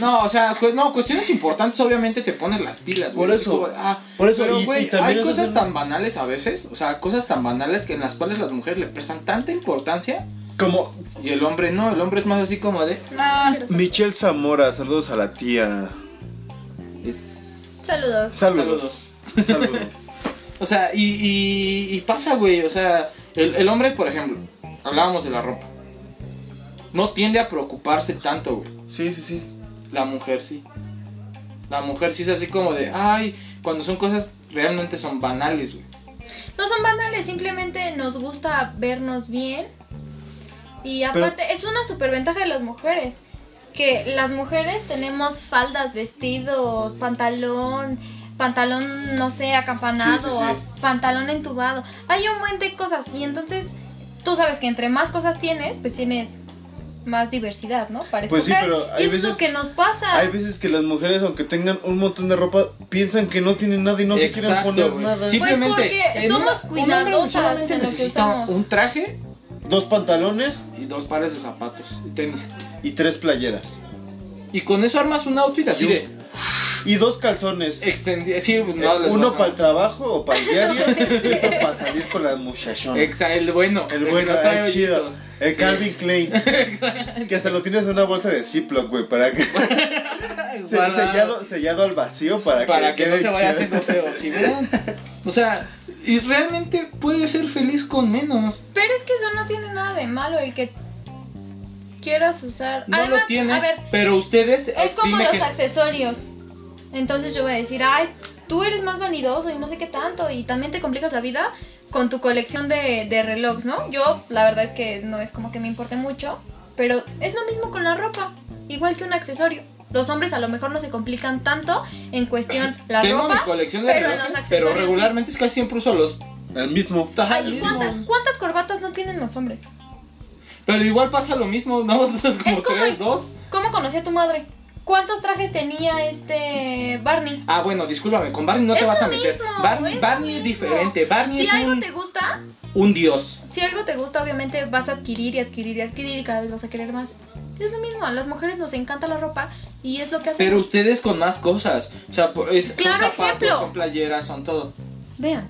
[SPEAKER 2] No, o sea, cu- no, cuestiones importantes obviamente te pones las pilas. güey.
[SPEAKER 1] Por
[SPEAKER 2] Es
[SPEAKER 1] eso,
[SPEAKER 2] como, ah,
[SPEAKER 1] por eso,
[SPEAKER 2] pero,
[SPEAKER 1] y-
[SPEAKER 2] güey,
[SPEAKER 1] y también
[SPEAKER 2] hay
[SPEAKER 1] eso
[SPEAKER 2] cosas
[SPEAKER 1] es-
[SPEAKER 2] tan banales a veces, o sea, cosas tan banales que en las cuales las mujeres le prestan tanta importancia
[SPEAKER 1] Como
[SPEAKER 2] y el hombre no, el hombre es más así como de... "Ah".
[SPEAKER 3] No, pero-
[SPEAKER 1] Michelle Zamora, saludos a la tía.
[SPEAKER 2] es-
[SPEAKER 3] Saludos.
[SPEAKER 1] Saludos. Saludos.
[SPEAKER 2] O sea, y, y- y pasa, güey. O sea, el, el hombre, por ejemplo, hablábamos de la ropa. No tiende a preocuparse tanto, güey.
[SPEAKER 1] Sí, sí, sí.
[SPEAKER 2] La mujer sí. La mujer sí es así como de, ay, cuando son cosas realmente son banales, güey.
[SPEAKER 3] No son banales, simplemente nos gusta vernos bien. Y
[SPEAKER 1] Pero-
[SPEAKER 3] aparte, es una superventaja de las mujeres. Que las mujeres tenemos faldas, vestidos, pantalón, pantalón, no sé, acampanado,
[SPEAKER 1] Sí, sí,
[SPEAKER 3] a- pantalón entubado. Hay un buen de cosas. Y entonces, tú sabes que entre más cosas tienes, pues tienes más diversidad, ¿no? Para
[SPEAKER 1] Pues sí,
[SPEAKER 3] escoger.
[SPEAKER 1] pero hay
[SPEAKER 3] y eso es lo
[SPEAKER 1] veces-
[SPEAKER 3] que nos pasa.
[SPEAKER 1] Hay veces que las mujeres, aunque tengan un montón de ropa, piensan que no tienen nada y no se quieren
[SPEAKER 2] Exacto,
[SPEAKER 1] poner
[SPEAKER 2] güey.
[SPEAKER 1] nada.
[SPEAKER 3] Sí.
[SPEAKER 2] Simplemente,
[SPEAKER 3] Pues, porque
[SPEAKER 2] en
[SPEAKER 3] somos
[SPEAKER 2] una- un hombre
[SPEAKER 3] cuidadosas
[SPEAKER 2] solamente
[SPEAKER 3] en lo que
[SPEAKER 2] necesita
[SPEAKER 3] usamos.
[SPEAKER 2] un traje
[SPEAKER 1] Dos pantalones
[SPEAKER 2] y dos pares de zapatos y tenis.
[SPEAKER 1] y tres playeras.
[SPEAKER 2] Y con eso armas un outfit así
[SPEAKER 1] Y un-
[SPEAKER 2] de...
[SPEAKER 1] y dos calzones. Eh,
[SPEAKER 2] Extendi- sí, no les
[SPEAKER 1] uno
[SPEAKER 2] vas a-
[SPEAKER 1] para el trabajo o para el diario y otro para salir con las muchachonas.
[SPEAKER 2] Exa, el bueno.
[SPEAKER 1] el
[SPEAKER 2] que
[SPEAKER 1] bueno,
[SPEAKER 2] no trae
[SPEAKER 1] el chido.
[SPEAKER 2] hoyitos.
[SPEAKER 1] El
[SPEAKER 2] Sí.
[SPEAKER 1] Calvin Klein. Que hasta lo tienes en una bolsa de Ziploc, güey, para que
[SPEAKER 2] Pues,
[SPEAKER 1] se-
[SPEAKER 2] Guardado.
[SPEAKER 1] sellado, sellado al vacío para,
[SPEAKER 2] para que,
[SPEAKER 1] que,
[SPEAKER 2] no
[SPEAKER 1] quede
[SPEAKER 2] se vaya
[SPEAKER 1] chido.
[SPEAKER 2] haciendo feo, ¿sí, verdad? O sea, y realmente puedes ser feliz con menos.
[SPEAKER 3] Pero es que eso no tiene nada de malo el que quieras usar.
[SPEAKER 2] No
[SPEAKER 3] Además,
[SPEAKER 2] lo tiene,
[SPEAKER 3] a ver,
[SPEAKER 2] pero ustedes eh,
[SPEAKER 3] es como
[SPEAKER 2] dime
[SPEAKER 3] los
[SPEAKER 2] que-
[SPEAKER 3] accesorios. Entonces yo voy a decir, ay, tú eres más vanidoso y no sé qué tanto y también te complicas la vida con tu colección de, de relojes, ¿no? Yo la verdad es que no es como que me importe mucho, pero es lo mismo con la ropa, igual que un accesorio. Los hombres a lo mejor no se complican tanto en cuestión la
[SPEAKER 2] tengo mi
[SPEAKER 3] ropa.
[SPEAKER 2] colección de
[SPEAKER 3] pero en los
[SPEAKER 2] relojes,
[SPEAKER 3] accesorios,
[SPEAKER 2] pero regularmente es casi siempre uso los
[SPEAKER 1] El mismo.
[SPEAKER 2] Ajá,
[SPEAKER 3] Ay, ¿y
[SPEAKER 2] el
[SPEAKER 3] ¿cuántas,
[SPEAKER 2] mismo.
[SPEAKER 3] ¿Cuántas corbatas no tienen los hombres?
[SPEAKER 2] Pero igual pasa lo mismo, no usas como,
[SPEAKER 3] Es como
[SPEAKER 2] tres,
[SPEAKER 3] el-
[SPEAKER 2] dos.
[SPEAKER 3] ¿Cómo conocí a tu madre? ¿Cuántos trajes tenía este Barney?
[SPEAKER 2] Ah, bueno, discúlpame, con Barney no te
[SPEAKER 3] Es
[SPEAKER 2] vas
[SPEAKER 3] lo
[SPEAKER 2] a meter.
[SPEAKER 3] mismo,
[SPEAKER 2] Barney,
[SPEAKER 3] es lo
[SPEAKER 2] Barney es
[SPEAKER 3] mismo.
[SPEAKER 2] diferente, Barney
[SPEAKER 3] Si
[SPEAKER 2] es
[SPEAKER 3] algo
[SPEAKER 2] un,
[SPEAKER 3] te gusta,
[SPEAKER 2] un dios.
[SPEAKER 3] si algo te gusta, obviamente vas a adquirir y adquirir y adquirir y cada vez vas a querer más. Es lo mismo, a las mujeres nos encanta la ropa y es lo que hacen.
[SPEAKER 2] Pero ustedes con más cosas. O sea, po- es-
[SPEAKER 3] Claro
[SPEAKER 2] son zapatos,
[SPEAKER 3] ejemplo.
[SPEAKER 2] son playeras, son todo.
[SPEAKER 3] Vean,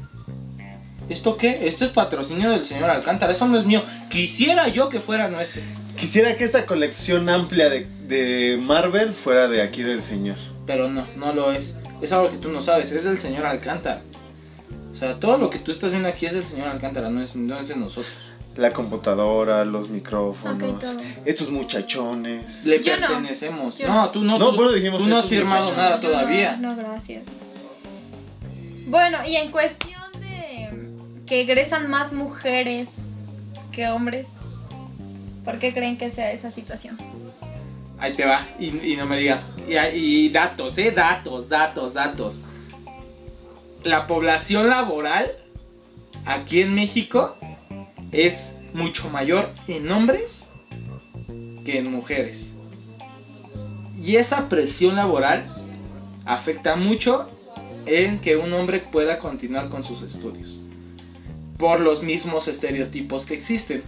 [SPEAKER 2] ¿Esto qué? Esto es patrocinio del señor Alcántara, eso no es mío. Quisiera yo que fuera nuestro.
[SPEAKER 1] Quisiera que esta colección amplia de, de Marvel fuera de aquí del señor.
[SPEAKER 2] Pero no, no lo es. Es algo que tú no sabes, es del señor Alcántara. O sea, todo lo que tú estás viendo aquí es del señor Alcántara, no es, no es de nosotros.
[SPEAKER 1] La computadora, los
[SPEAKER 3] ok,
[SPEAKER 1] micrófonos,
[SPEAKER 3] todo.
[SPEAKER 1] estos muchachones.
[SPEAKER 2] Le
[SPEAKER 3] Yo no.
[SPEAKER 2] pertenecemos.
[SPEAKER 3] Yo
[SPEAKER 2] no.
[SPEAKER 3] no.
[SPEAKER 2] tú no.
[SPEAKER 1] No,
[SPEAKER 2] tú,
[SPEAKER 1] pero dijimos
[SPEAKER 2] tú no has
[SPEAKER 1] estos
[SPEAKER 2] firmado
[SPEAKER 1] muchachos.
[SPEAKER 2] nada
[SPEAKER 3] No,
[SPEAKER 2] todavía.
[SPEAKER 3] No, gracias. Bueno, y en cuestión de que egresan más mujeres que hombres, ¿por qué creen que sea esa situación?
[SPEAKER 2] Ahí te va. Y, y no me digas. Y, y datos, ¿eh? Datos, datos, datos. La población laboral aquí en México es mucho mayor en hombres que en mujeres. Y esa presión laboral afecta mucho en que un hombre pueda continuar con sus estudios. Por los mismos estereotipos que existen.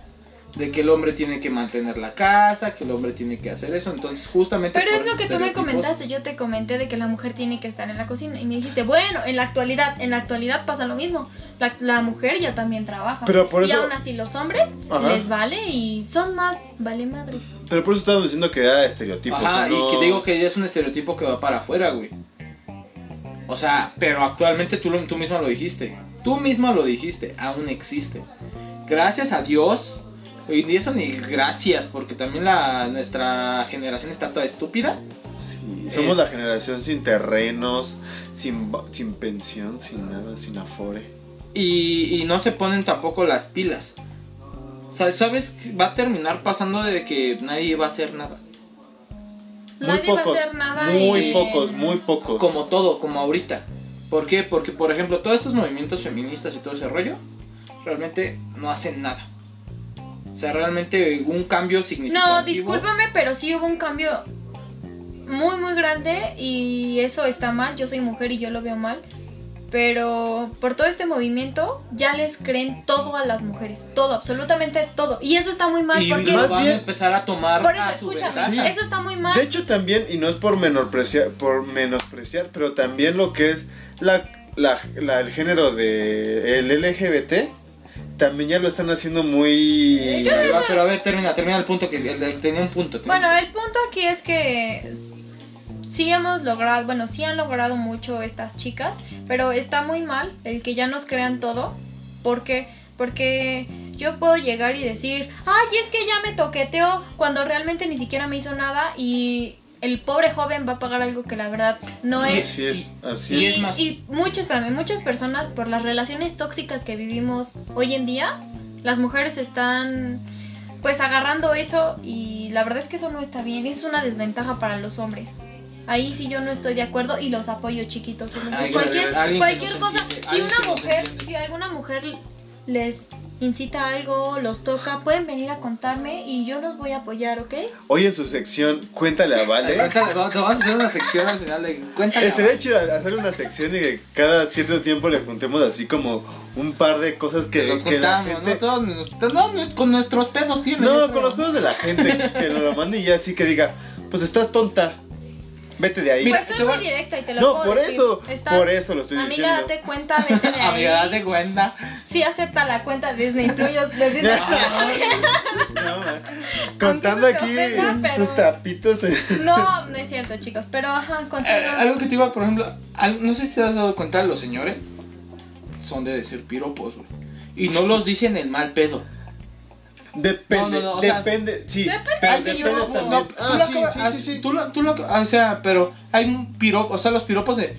[SPEAKER 2] De que el hombre tiene que mantener la casa, que el hombre tiene que hacer eso. Entonces, justamente...
[SPEAKER 3] Pero
[SPEAKER 2] por
[SPEAKER 3] es lo
[SPEAKER 2] esos
[SPEAKER 3] que tú me
[SPEAKER 2] estereotipos-
[SPEAKER 3] comentaste, yo te comenté de que la mujer tiene que estar en la cocina y me dijiste, bueno, en la actualidad, en la actualidad pasa lo mismo, la, la mujer ya también trabaja.
[SPEAKER 1] Pero por
[SPEAKER 3] y
[SPEAKER 1] eso-
[SPEAKER 3] aún así los hombres
[SPEAKER 1] Ajá.
[SPEAKER 3] les vale y son más, vale madre.
[SPEAKER 1] Pero por eso estábamos diciendo que era estereotipos.
[SPEAKER 2] Ajá,
[SPEAKER 1] o sea, no-
[SPEAKER 2] y que digo que ya es un estereotipo que va para afuera, güey. O sea, pero actualmente tú, lo- tú mismo lo dijiste. Tú mismo lo dijiste, aún existe. Gracias a Dios. Y eso ni gracias, porque también la, nuestra generación está toda estúpida.
[SPEAKER 1] Sí,
[SPEAKER 2] Es-
[SPEAKER 1] somos la generación sin terrenos, sin, ba- sin pensión, sin nada, sin afore.
[SPEAKER 2] y, y no se ponen tampoco las pilas. O sea, ¿sabes? Va a terminar pasando de que nadie va a hacer nada.
[SPEAKER 1] Muy
[SPEAKER 3] Nadie va a
[SPEAKER 1] pocos,
[SPEAKER 3] hacer nada
[SPEAKER 1] muy
[SPEAKER 3] en-
[SPEAKER 1] pocos, muy pocos.
[SPEAKER 2] Como todo, como ahorita. ¿Por qué? Porque, por ejemplo, todos estos movimientos feministas y todo ese rollo realmente no hacen nada. O sea, realmente un cambio significativo.
[SPEAKER 3] No, discúlpame, pero sí hubo un cambio muy, muy grande y eso está mal. Yo soy mujer y yo lo veo mal. Pero por todo este movimiento ya les creen todo a las mujeres. Todo, absolutamente todo. Y eso está muy mal
[SPEAKER 2] Y
[SPEAKER 3] porque...
[SPEAKER 1] más
[SPEAKER 2] van
[SPEAKER 1] bien-
[SPEAKER 2] a empezar a tomar
[SPEAKER 3] Por eso,
[SPEAKER 2] a su
[SPEAKER 3] escúchame,
[SPEAKER 2] ventaja.
[SPEAKER 1] Sí.
[SPEAKER 3] eso está muy mal.
[SPEAKER 1] De hecho también, y no es por menospreciar, por menospreciar pero también lo que es la, la- la- el género de el LGBT, también ya lo están haciendo muy...
[SPEAKER 3] Yo de
[SPEAKER 2] Pero,
[SPEAKER 3] eso
[SPEAKER 2] a ver,
[SPEAKER 3] es-
[SPEAKER 2] termina, termina el punto que el- el- tenía un punto. tenía
[SPEAKER 3] Bueno,
[SPEAKER 2] un
[SPEAKER 3] el punto aquí es que sí hemos logrado, bueno, sí han logrado mucho estas chicas, pero está muy mal el que ya nos crean todo, porque porque yo puedo llegar y decir, "Ay, es que ya me toqueteó", cuando realmente ni siquiera me hizo nada y el pobre joven va a pagar algo que la verdad no
[SPEAKER 2] Y-
[SPEAKER 3] es
[SPEAKER 1] Así es, así
[SPEAKER 2] y
[SPEAKER 1] es.
[SPEAKER 2] es más-
[SPEAKER 3] y muchas, para mí, muchas personas por las relaciones tóxicas que vivimos hoy en día, las mujeres están pues agarrando eso y la verdad es que eso no está bien, es una desventaja para los hombres. Ahí sí yo no estoy de acuerdo y los apoyo chiquitos. Los-
[SPEAKER 2] Alguien-
[SPEAKER 3] cualquier
[SPEAKER 2] alguien que
[SPEAKER 3] cualquier
[SPEAKER 2] nos
[SPEAKER 3] cosa,
[SPEAKER 2] entiende,
[SPEAKER 3] si
[SPEAKER 2] alguien que
[SPEAKER 3] una
[SPEAKER 2] nos
[SPEAKER 3] mujer,
[SPEAKER 2] entiende.
[SPEAKER 3] si alguna mujer les incita a algo, los toca, pueden venir a contarme y yo los voy a apoyar, ¿ok?
[SPEAKER 1] Hoy en su sección, cuéntale a
[SPEAKER 3] eh,
[SPEAKER 2] punto.
[SPEAKER 1] Vale.
[SPEAKER 2] Cuéntale, vamos vamos a hacer una sección al final de... Cuéntale.
[SPEAKER 1] Estaría chido hacer una sección y que cada cierto tiempo le juntemos así como un par de cosas que,
[SPEAKER 2] Que nos
[SPEAKER 1] que la
[SPEAKER 2] juntamos,
[SPEAKER 1] gente...
[SPEAKER 2] ¿no? Todos nos- no, no es con nuestros pedos tiene. yo
[SPEAKER 1] No,
[SPEAKER 2] creo.
[SPEAKER 1] con los pedos de la gente que nos lo mande y ya así que diga, pues estás tonta. Vete de ahí.
[SPEAKER 2] Mira,
[SPEAKER 3] pues
[SPEAKER 2] te
[SPEAKER 3] soy
[SPEAKER 2] voy-
[SPEAKER 3] muy directa y te lo
[SPEAKER 1] No,
[SPEAKER 3] puedo
[SPEAKER 1] por
[SPEAKER 3] decir.
[SPEAKER 1] eso,
[SPEAKER 3] Estás-
[SPEAKER 1] por eso lo estoy
[SPEAKER 3] amiga,
[SPEAKER 1] diciendo.
[SPEAKER 3] date cuenta, vete de ahí.
[SPEAKER 2] Amiga, date cuenta.
[SPEAKER 3] Sí, acepta la cuenta Disney tuyo. De Disney.
[SPEAKER 1] No, ma. Contando
[SPEAKER 3] Aunque
[SPEAKER 1] aquí
[SPEAKER 3] no te ofenda, pero-
[SPEAKER 1] sus trapitos. eh,
[SPEAKER 3] No, no es cierto, chicos. Pero, ajá,
[SPEAKER 2] Eh,
[SPEAKER 3] contanos.
[SPEAKER 2] algo que te iba, por ejemplo, al- no sé si te has dado cuenta, los señores son de decir piropos, güey. Y no los dicen el mal pedo.
[SPEAKER 1] Depende,
[SPEAKER 2] No, no, no, o sea-
[SPEAKER 1] depende, sí.
[SPEAKER 3] Depende.
[SPEAKER 1] Pero
[SPEAKER 2] Hay
[SPEAKER 1] depende
[SPEAKER 2] señores,
[SPEAKER 1] también.
[SPEAKER 2] no, tú lo
[SPEAKER 1] ah, sí,
[SPEAKER 2] acabas-
[SPEAKER 1] sí, sí, sí.
[SPEAKER 2] Tú lo, tú lo, o sea, pero hay un piropo, o sea, los piropos de,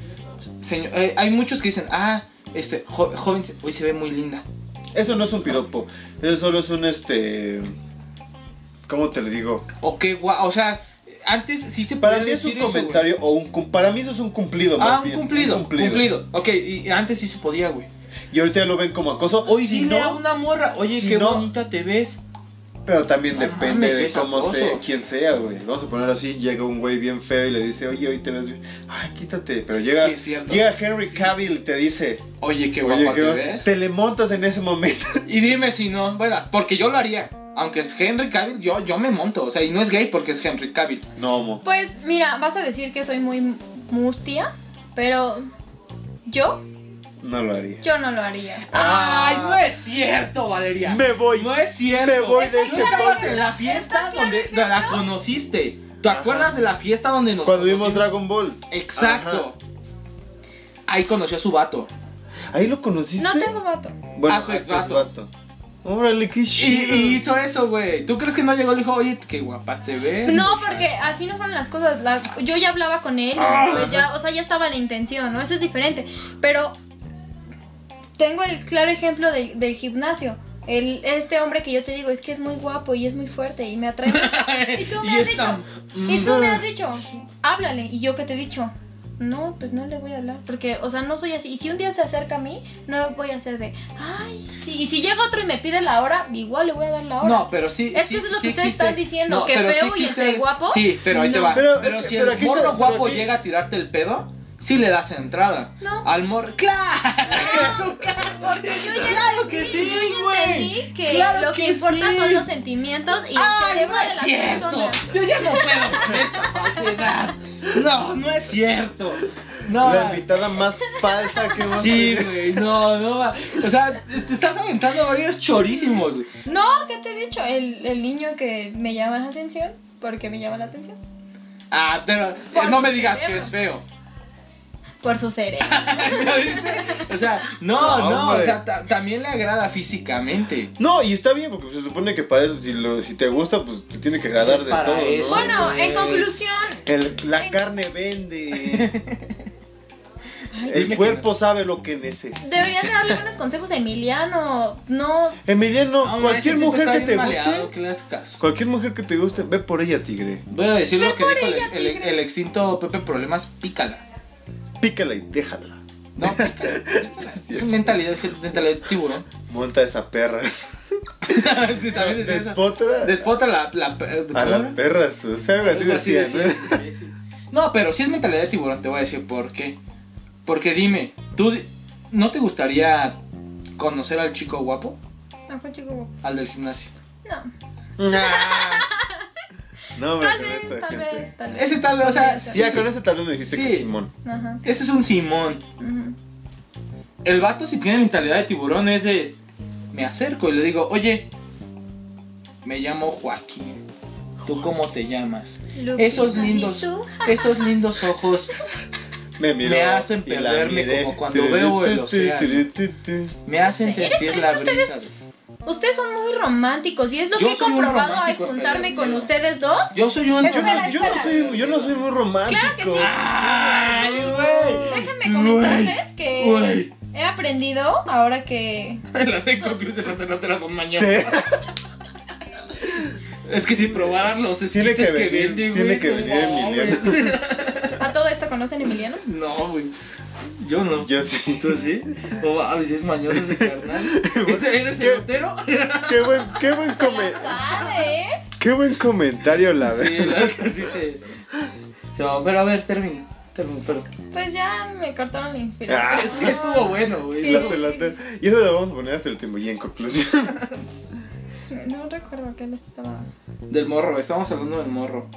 [SPEAKER 2] señor, eh, hay muchos que dicen, ah, este, jo- joven, se- hoy se ve muy linda.
[SPEAKER 1] Eso no es un piropo. Eso solo es un este. ¿Cómo te lo digo?
[SPEAKER 2] O qué guau, o sea, antes sí se
[SPEAKER 1] Para
[SPEAKER 2] podía
[SPEAKER 1] mí es un
[SPEAKER 2] decir eso, güey.
[SPEAKER 1] comentario o un. cum- Para mí eso es un cumplido, más
[SPEAKER 2] Ah, un
[SPEAKER 1] bien,
[SPEAKER 2] cumplido, cumplido, Ok, y antes sí se podía, güey.
[SPEAKER 1] Y ahorita ya lo ven como acoso.
[SPEAKER 2] Hoy
[SPEAKER 1] si
[SPEAKER 2] dile
[SPEAKER 1] no,
[SPEAKER 2] a una morra, oye,
[SPEAKER 1] si
[SPEAKER 2] qué
[SPEAKER 1] no-
[SPEAKER 2] bonita te ves.
[SPEAKER 1] Pero también
[SPEAKER 2] No
[SPEAKER 1] depende
[SPEAKER 2] mames,
[SPEAKER 1] de
[SPEAKER 2] es
[SPEAKER 1] cómo
[SPEAKER 2] acoso.
[SPEAKER 1] sea, quién sea, güey. Vamos a poner así, llega un güey bien feo y le dice, oye, hoy te ves bien. Ay, quítate. Pero llega,
[SPEAKER 2] Sí, es cierto.
[SPEAKER 1] llega Henry Cavill y te dice,
[SPEAKER 2] Oye, qué guapa
[SPEAKER 1] oye,
[SPEAKER 2] te
[SPEAKER 1] ¿qué va-?"
[SPEAKER 2] ves.
[SPEAKER 1] te le montas en ese momento.
[SPEAKER 2] Y dime si no, bueno, porque yo lo haría. Aunque es Henry Cavill, yo, yo me monto. O sea, y no es gay porque es Henry Cavill.
[SPEAKER 1] No, mo.
[SPEAKER 3] Pues mira, vas a decir que soy muy mustia, pero yo,
[SPEAKER 1] No lo haría.
[SPEAKER 3] yo no lo haría.
[SPEAKER 1] Ah.
[SPEAKER 2] Ay, no es cierto, Valeria.
[SPEAKER 1] Me voy.
[SPEAKER 2] no es cierto.
[SPEAKER 1] me voy de este
[SPEAKER 2] ¿Tú te acuerdas
[SPEAKER 1] podcast.
[SPEAKER 2] de la fiesta
[SPEAKER 3] ¿Estás claro
[SPEAKER 2] donde
[SPEAKER 3] ejemplo?
[SPEAKER 2] la conociste? ¿Te
[SPEAKER 1] Ajá.
[SPEAKER 2] acuerdas de la fiesta donde nos
[SPEAKER 1] Cuando vimos
[SPEAKER 2] conocimos?
[SPEAKER 1] Dragon Ball.
[SPEAKER 2] Exacto. Ahí conoció a su vato.
[SPEAKER 1] Ahí lo conociste.
[SPEAKER 3] No tengo vato.
[SPEAKER 1] Bueno,
[SPEAKER 2] A su
[SPEAKER 1] a su
[SPEAKER 2] exvato.
[SPEAKER 1] exvato. Órale, qué
[SPEAKER 2] Y,
[SPEAKER 1] chido.
[SPEAKER 2] y hizo eso, güey. ¿Tú crees que no llegó y le dijo, oye, qué guapa se ve?
[SPEAKER 3] No, porque así no fueron las cosas. La- yo ya hablaba con él,
[SPEAKER 1] Ah.
[SPEAKER 3] pues ya, o sea, ya estaba la intención, ¿no? Eso es diferente. Pero tengo el claro ejemplo del, del gimnasio. El, este hombre que yo te digo es que es muy guapo y es muy fuerte y me atrae. y tú me
[SPEAKER 2] Y
[SPEAKER 3] has
[SPEAKER 2] es tan-
[SPEAKER 3] dicho, y tú me has
[SPEAKER 2] Mm.
[SPEAKER 3] dicho, háblale. Y yo que te he dicho, no, pues no le voy a hablar. Porque, o sea, no soy así. Y si un día se acerca a mí, no voy a hacer de, ay, sí. Y si llega otro y me pide la hora, igual le voy a dar la hora.
[SPEAKER 2] No, pero sí.
[SPEAKER 3] Es que
[SPEAKER 2] sí-
[SPEAKER 3] eso es lo
[SPEAKER 2] sí
[SPEAKER 3] que ustedes
[SPEAKER 2] existe.
[SPEAKER 3] están diciendo, que
[SPEAKER 2] pero
[SPEAKER 3] feo y entre guapo.
[SPEAKER 2] Sí, pero ahí te
[SPEAKER 3] No.
[SPEAKER 2] va.
[SPEAKER 1] Pero
[SPEAKER 2] Pero,
[SPEAKER 1] es que-
[SPEAKER 2] si
[SPEAKER 1] pero
[SPEAKER 2] el
[SPEAKER 1] aquí
[SPEAKER 2] morro
[SPEAKER 1] te-
[SPEAKER 2] guapo
[SPEAKER 1] pero aquí-
[SPEAKER 2] llega a tirarte el pedo, sí le das entrada.
[SPEAKER 3] No.
[SPEAKER 2] Al morro. ¡Claro!
[SPEAKER 3] Porque yo ya
[SPEAKER 2] ¡Claro que sí,
[SPEAKER 3] yo ya
[SPEAKER 2] güey!
[SPEAKER 3] entendí que
[SPEAKER 2] ¡Claro
[SPEAKER 3] lo que,
[SPEAKER 2] que
[SPEAKER 3] importa
[SPEAKER 2] sí!
[SPEAKER 3] son los sentimientos y el
[SPEAKER 2] ¡Ay,
[SPEAKER 3] cerebro
[SPEAKER 2] no
[SPEAKER 3] de
[SPEAKER 2] es
[SPEAKER 3] las
[SPEAKER 2] cierto!
[SPEAKER 3] personas.
[SPEAKER 2] Yo ya no puedo con esta falsedad. No, no es cierto. No.
[SPEAKER 1] La invitada más falsa que hemos
[SPEAKER 2] Sí,
[SPEAKER 1] tenido.
[SPEAKER 2] güey, no, no va. O sea, te te estás aventando varios chorísimos, güey.
[SPEAKER 3] No, ¿qué te he dicho? El, el niño que me llama la atención, porque me llama la atención?
[SPEAKER 2] Ah, pero eh,
[SPEAKER 3] Por
[SPEAKER 2] no
[SPEAKER 3] su
[SPEAKER 2] me digas que
[SPEAKER 3] cerebro.
[SPEAKER 2] es feo.
[SPEAKER 3] Por su cerebro.
[SPEAKER 2] ¿Ya viste? O sea, no,
[SPEAKER 1] No,
[SPEAKER 2] no,
[SPEAKER 1] hombre.
[SPEAKER 2] o sea, ta- también le agrada físicamente.
[SPEAKER 1] No, y está bien, porque se supone que para eso, si, lo, si te gusta, pues te tiene que
[SPEAKER 2] Pues
[SPEAKER 1] agradar
[SPEAKER 2] es
[SPEAKER 1] de
[SPEAKER 2] para
[SPEAKER 1] todo. ¿no?
[SPEAKER 2] eso.
[SPEAKER 3] bueno,
[SPEAKER 2] güey.
[SPEAKER 3] en conclusión,
[SPEAKER 1] El- la carne vende.
[SPEAKER 2] dime
[SPEAKER 1] El
[SPEAKER 2] que
[SPEAKER 1] cuerpo sabe lo que necesita.
[SPEAKER 3] deberías de darle buenos consejos a Emiliano. No,
[SPEAKER 1] Emiliano,
[SPEAKER 2] No, ese
[SPEAKER 1] cualquier
[SPEAKER 2] tipo
[SPEAKER 1] mujer
[SPEAKER 2] está
[SPEAKER 1] que
[SPEAKER 2] bien
[SPEAKER 1] te
[SPEAKER 2] maleado,
[SPEAKER 1] guste,
[SPEAKER 2] que le hagas caso.
[SPEAKER 1] cualquier mujer que te guste, ve por ella, tigre.
[SPEAKER 2] Voy a decir lo que
[SPEAKER 3] por
[SPEAKER 2] dijo el,
[SPEAKER 3] ella,
[SPEAKER 2] el-
[SPEAKER 3] tigre.
[SPEAKER 2] el extinto Pepe Problemas, pícala.
[SPEAKER 1] Pícala y déjala.
[SPEAKER 2] No, pícala. pícala. Es mentalidad, es mentalidad de tiburón.
[SPEAKER 1] Monta esa perra.
[SPEAKER 2] Sí, También es eso.
[SPEAKER 1] Despotra
[SPEAKER 2] Despota la... la eh,
[SPEAKER 1] a
[SPEAKER 2] ¿cómo
[SPEAKER 1] la
[SPEAKER 2] era?
[SPEAKER 1] perra. O sea, algo así
[SPEAKER 2] Algo así
[SPEAKER 1] decía, ¿no?
[SPEAKER 2] decía, sí, sí. No, pero si es mentalidad de tiburón, te voy a decir por qué. Porque dime, ¿tú di- no te gustaría conocer al chico guapo?
[SPEAKER 3] no Ah, fue chico. guapo.
[SPEAKER 2] Al del gimnasio.
[SPEAKER 3] No.
[SPEAKER 1] No, hombre,
[SPEAKER 3] Tal
[SPEAKER 1] con
[SPEAKER 3] vez,
[SPEAKER 1] esta
[SPEAKER 3] tal
[SPEAKER 1] gente.
[SPEAKER 3] vez, tal vez.
[SPEAKER 2] Ese tal, o sea,
[SPEAKER 1] Sí, Ya con ese tal vez me dijiste que
[SPEAKER 2] Sí.
[SPEAKER 1] Simón.
[SPEAKER 3] Ajá.
[SPEAKER 2] Ese es un Simón.
[SPEAKER 3] ujú.
[SPEAKER 2] El vato si tiene mentalidad de tiburón es de... Me acerco y le digo, oye, me llamo Joaquín. ¿Tú cómo te llamas? Esos
[SPEAKER 3] Lupita, ¿y
[SPEAKER 2] lindos,
[SPEAKER 3] tú?
[SPEAKER 2] esos lindos ojos
[SPEAKER 1] Me miró
[SPEAKER 2] Me hacen
[SPEAKER 1] y la
[SPEAKER 2] perderme
[SPEAKER 1] miré.
[SPEAKER 2] como cuando veo el
[SPEAKER 1] Tu, tu,
[SPEAKER 2] océano.
[SPEAKER 1] tu, tu, tu, tu.
[SPEAKER 2] me hacen
[SPEAKER 3] Sí, eres-
[SPEAKER 2] sentir la
[SPEAKER 3] es que
[SPEAKER 2] brisa.
[SPEAKER 3] Ustedes son muy románticos y es lo
[SPEAKER 2] Yo
[SPEAKER 3] que he
[SPEAKER 2] soy un
[SPEAKER 3] comprobado al
[SPEAKER 2] romántico,
[SPEAKER 3] juntarme
[SPEAKER 2] pero-
[SPEAKER 3] con ustedes dos.
[SPEAKER 2] Yo soy un...
[SPEAKER 1] Yo no,
[SPEAKER 3] Espera,
[SPEAKER 1] yo no
[SPEAKER 3] espera.
[SPEAKER 1] soy, yo no soy muy romántico.
[SPEAKER 3] Claro que sí.
[SPEAKER 2] ¡Ay, güey!
[SPEAKER 3] Déjenme comentarles que
[SPEAKER 2] Uy.
[SPEAKER 3] he aprendido ahora que
[SPEAKER 2] Las conclusiones no te las son mañana.
[SPEAKER 1] Sí.
[SPEAKER 2] Es que si probaran los
[SPEAKER 1] Tiene
[SPEAKER 2] esquites
[SPEAKER 1] que venir,
[SPEAKER 2] venden,
[SPEAKER 1] tiene
[SPEAKER 2] güey,
[SPEAKER 1] que
[SPEAKER 2] no
[SPEAKER 1] venir Emiliano.
[SPEAKER 2] mames.
[SPEAKER 3] a todo esto conocen a Emiliano.
[SPEAKER 2] No, güey. Yo no.
[SPEAKER 1] Yo sí.
[SPEAKER 2] ¿Tú sí? No mames, es mañoso ese carnal. ¿Ese, ¿Eres
[SPEAKER 1] ¿Qué?
[SPEAKER 2] soltero?
[SPEAKER 1] Qué buen, qué buen, come-
[SPEAKER 3] Sabe, ¿eh?
[SPEAKER 1] qué buen comentario, la
[SPEAKER 2] Sí,
[SPEAKER 1] verdad.
[SPEAKER 2] la que sí se. se va, pero a ver, termina. Termina, perdón.
[SPEAKER 3] Pues ya me cortaron la
[SPEAKER 1] Ah,
[SPEAKER 3] inspiración.
[SPEAKER 2] Es que estuvo bueno, güey.
[SPEAKER 1] La
[SPEAKER 2] ¿no?
[SPEAKER 1] pelota. Y eso lo vamos a poner hasta el último. Y en conclusión,
[SPEAKER 3] No recuerdo qué les estaba.
[SPEAKER 2] Del morro, estamos hablando del morro.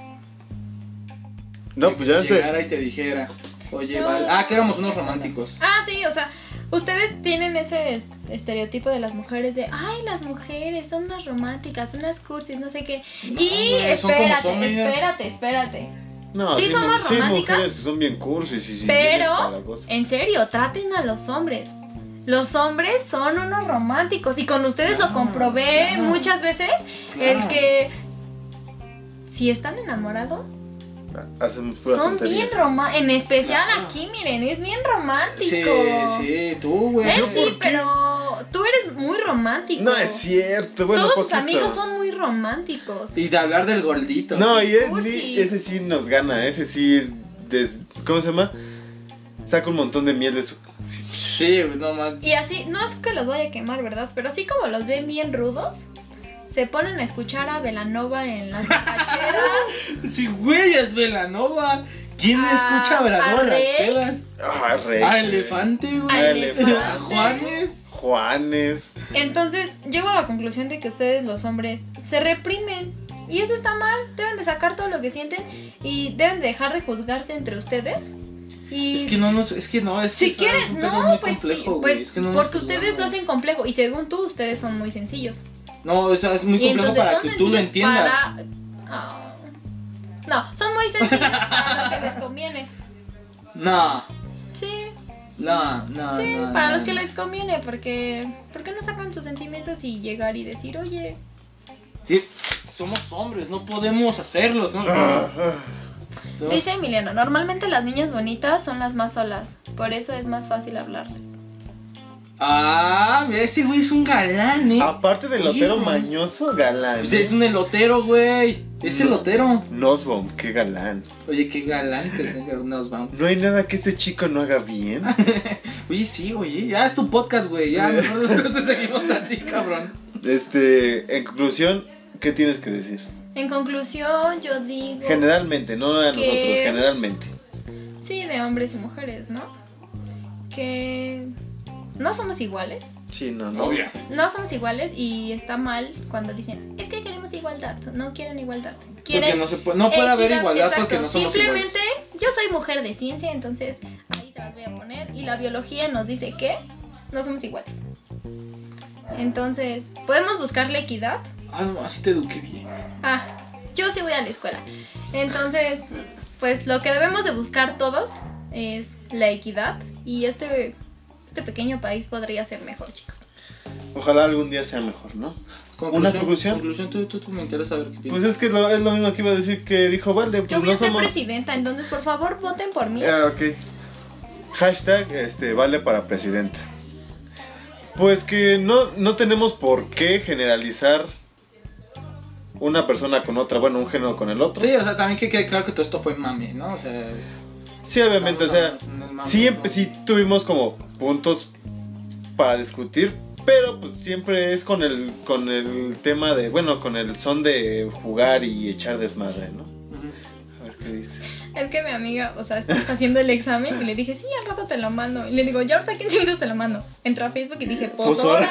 [SPEAKER 1] No,
[SPEAKER 2] de
[SPEAKER 1] pues
[SPEAKER 2] que
[SPEAKER 1] ya
[SPEAKER 2] si
[SPEAKER 1] sé.
[SPEAKER 2] llegara y te dijera, oye, Val, ah, que éramos unos románticos.
[SPEAKER 3] Ah, sí, o sea, ustedes tienen ese est- estereotipo de las mujeres de, ay, las mujeres son unas románticas, unas cursis, no sé qué. y
[SPEAKER 2] Ah, güey, son como
[SPEAKER 3] espérate,
[SPEAKER 2] son, mira.
[SPEAKER 3] espérate, espérate.
[SPEAKER 1] No,
[SPEAKER 3] Sí somos
[SPEAKER 1] mu- sí hay
[SPEAKER 3] románticas,
[SPEAKER 1] mujeres que son bien cursis y sí,
[SPEAKER 3] pero-
[SPEAKER 1] para la cosa.
[SPEAKER 3] En serio, traten a los hombres. Los hombres son unos románticos y con ustedes
[SPEAKER 2] Claro,
[SPEAKER 3] lo comprobé
[SPEAKER 2] claro.
[SPEAKER 3] muchas veces
[SPEAKER 2] Claro.
[SPEAKER 3] el que si están enamorados
[SPEAKER 1] Hacen pura
[SPEAKER 3] son
[SPEAKER 1] tontería.
[SPEAKER 3] bien románticos, en especial
[SPEAKER 2] Claro.
[SPEAKER 3] aquí, miren, es bien
[SPEAKER 2] Sí,
[SPEAKER 3] romántico.
[SPEAKER 2] sí, tú, güey.
[SPEAKER 3] Él
[SPEAKER 2] Yo
[SPEAKER 3] sí,
[SPEAKER 2] por-
[SPEAKER 3] pero tú eres muy romántico.
[SPEAKER 1] No es cierto, bueno,
[SPEAKER 3] Todos sus
[SPEAKER 1] poquito.
[SPEAKER 3] amigos son muy románticos.
[SPEAKER 2] Y de hablar del gordito.
[SPEAKER 1] No, y es-
[SPEAKER 3] cursis.
[SPEAKER 1] ese sí nos gana, ese sí des- ¿cómo se llama? Saca un montón de miel de su sí.
[SPEAKER 2] Sí, güey, no más.
[SPEAKER 3] Y así, no es que los vaya a quemar, ¿verdad? Pero así como los ven bien rudos, se ponen a escuchar a Velanova en las borracheras.
[SPEAKER 2] Sí, güey, es Velanova. ¿Quién
[SPEAKER 3] Ah,
[SPEAKER 2] escucha a Velanova
[SPEAKER 3] a
[SPEAKER 2] en las
[SPEAKER 3] Rey.
[SPEAKER 2] pedas?
[SPEAKER 1] Ah, rey.
[SPEAKER 2] A Elefante, güey.
[SPEAKER 1] Ay,
[SPEAKER 3] a
[SPEAKER 1] elefante.
[SPEAKER 2] A Juanes.
[SPEAKER 1] Juanes.
[SPEAKER 3] Entonces, llego a la conclusión de que ustedes, los hombres, se reprimen. Y eso está mal. Deben de sacar todo lo que sienten y deben de dejar de juzgarse entre ustedes. Y
[SPEAKER 2] Es que no, no, es que no, es que
[SPEAKER 3] si
[SPEAKER 2] sabes,
[SPEAKER 3] quieres,
[SPEAKER 2] un pedo muy
[SPEAKER 3] no, pues sí,
[SPEAKER 2] complejo, güey,
[SPEAKER 3] pues
[SPEAKER 2] es que no nos
[SPEAKER 3] porque ustedes
[SPEAKER 2] jugamos.
[SPEAKER 3] lo hacen complejo. Y según tú, ustedes son muy sencillos.
[SPEAKER 2] No, o sea, es muy
[SPEAKER 3] Y
[SPEAKER 2] complejo
[SPEAKER 3] entonces
[SPEAKER 2] para
[SPEAKER 3] son
[SPEAKER 2] que tú lo
[SPEAKER 3] sencillos
[SPEAKER 2] entiendas.
[SPEAKER 3] para- Ah. No, son muy sencillos para los que les conviene.
[SPEAKER 2] No,
[SPEAKER 3] Sí,
[SPEAKER 2] no, no.
[SPEAKER 3] sí,
[SPEAKER 2] Ah, no,
[SPEAKER 3] para
[SPEAKER 2] no,
[SPEAKER 3] los que
[SPEAKER 2] no.
[SPEAKER 3] les conviene, porque porque no sacan sus sentimientos y llegar y decir, oye,
[SPEAKER 2] Sí, somos hombres, no podemos hacerlos, ¿no?
[SPEAKER 1] Ah, ah.
[SPEAKER 2] Somos-
[SPEAKER 3] dice Emiliano, normalmente las niñas bonitas son las más solas, por eso es más fácil hablarles.
[SPEAKER 2] Ah, mira, ese güey es un galán, eh.
[SPEAKER 1] Ah. Aparte del lotero
[SPEAKER 2] Hijo.
[SPEAKER 1] mañoso, galán.
[SPEAKER 2] Pues es un elotero, güey. Es elotero.
[SPEAKER 1] Nosbom, qué galán.
[SPEAKER 2] Oye, qué galán que el señor Nussbaum.
[SPEAKER 1] No hay nada que este chico no haga bien.
[SPEAKER 2] Oye, sí, oye, ya es tu podcast, güey. Ya mejor nosotros te seguimos a ti, cabrón.
[SPEAKER 1] Este, en conclusión, ¿qué tienes que decir?
[SPEAKER 3] En conclusión, yo digo,
[SPEAKER 1] Generalmente, no a
[SPEAKER 3] ¿Qué?
[SPEAKER 1] nosotros, generalmente.
[SPEAKER 3] sí, de hombres y mujeres, ¿no? Que no somos iguales.
[SPEAKER 1] Sí, no,
[SPEAKER 2] Obvio.
[SPEAKER 3] No somos iguales y está mal cuando dicen, es que queremos igualdad, no quieren igualdad. Quieren
[SPEAKER 2] Porque no, se puede, no puede haber
[SPEAKER 3] Equidad,
[SPEAKER 2] igualdad
[SPEAKER 3] Eh, exacto.
[SPEAKER 2] porque no somos iguales.
[SPEAKER 3] Simplemente yo soy mujer de ciencia, entonces ahí se las voy a poner. Y la biología nos dice que no somos iguales. Entonces, ¿podemos buscar la equidad?
[SPEAKER 2] Ah, no, así te eduqué bien.
[SPEAKER 3] Ah, yo sí voy a la escuela. Entonces, pues lo que debemos de buscar todos es la equidad. Y este, este pequeño país podría ser mejor, chicos.
[SPEAKER 1] Ojalá algún día sea mejor, ¿no? ¿Una conclusión?
[SPEAKER 2] Conclusión, tú, tú, tú me interesa saber qué
[SPEAKER 1] Pues
[SPEAKER 2] piensas.
[SPEAKER 1] es que lo- es lo mismo que iba a decir que dijo, vale, pues
[SPEAKER 3] Yo voy
[SPEAKER 1] no
[SPEAKER 3] a ser
[SPEAKER 1] somos.
[SPEAKER 3] presidenta, entonces por favor voten por
[SPEAKER 2] Eh,
[SPEAKER 3] mí.
[SPEAKER 1] Ah, ok. Hashtag este, vale para presidenta. Pues que no, no tenemos por qué generalizar una persona con otra, bueno, un género con el otro.
[SPEAKER 2] Sí, o sea, también que quede claro que todo esto fue mame, ¿no? O sea,
[SPEAKER 1] Sí, obviamente, o
[SPEAKER 2] no,
[SPEAKER 1] sea,
[SPEAKER 2] no, no, no,
[SPEAKER 1] siempre
[SPEAKER 2] no.
[SPEAKER 1] sí tuvimos como puntos para discutir, pero pues siempre es con el con el tema de, bueno, con el son de jugar y echar desmadre, ¿no?
[SPEAKER 2] Ujú.
[SPEAKER 1] A ver qué dice.
[SPEAKER 3] Es que mi amiga, o sea, está haciendo el examen y le dije, sí, al rato te lo mando. Y le digo, ya ahorita 15 minutos te lo mando. Entró a Facebook y dije, pues ahora.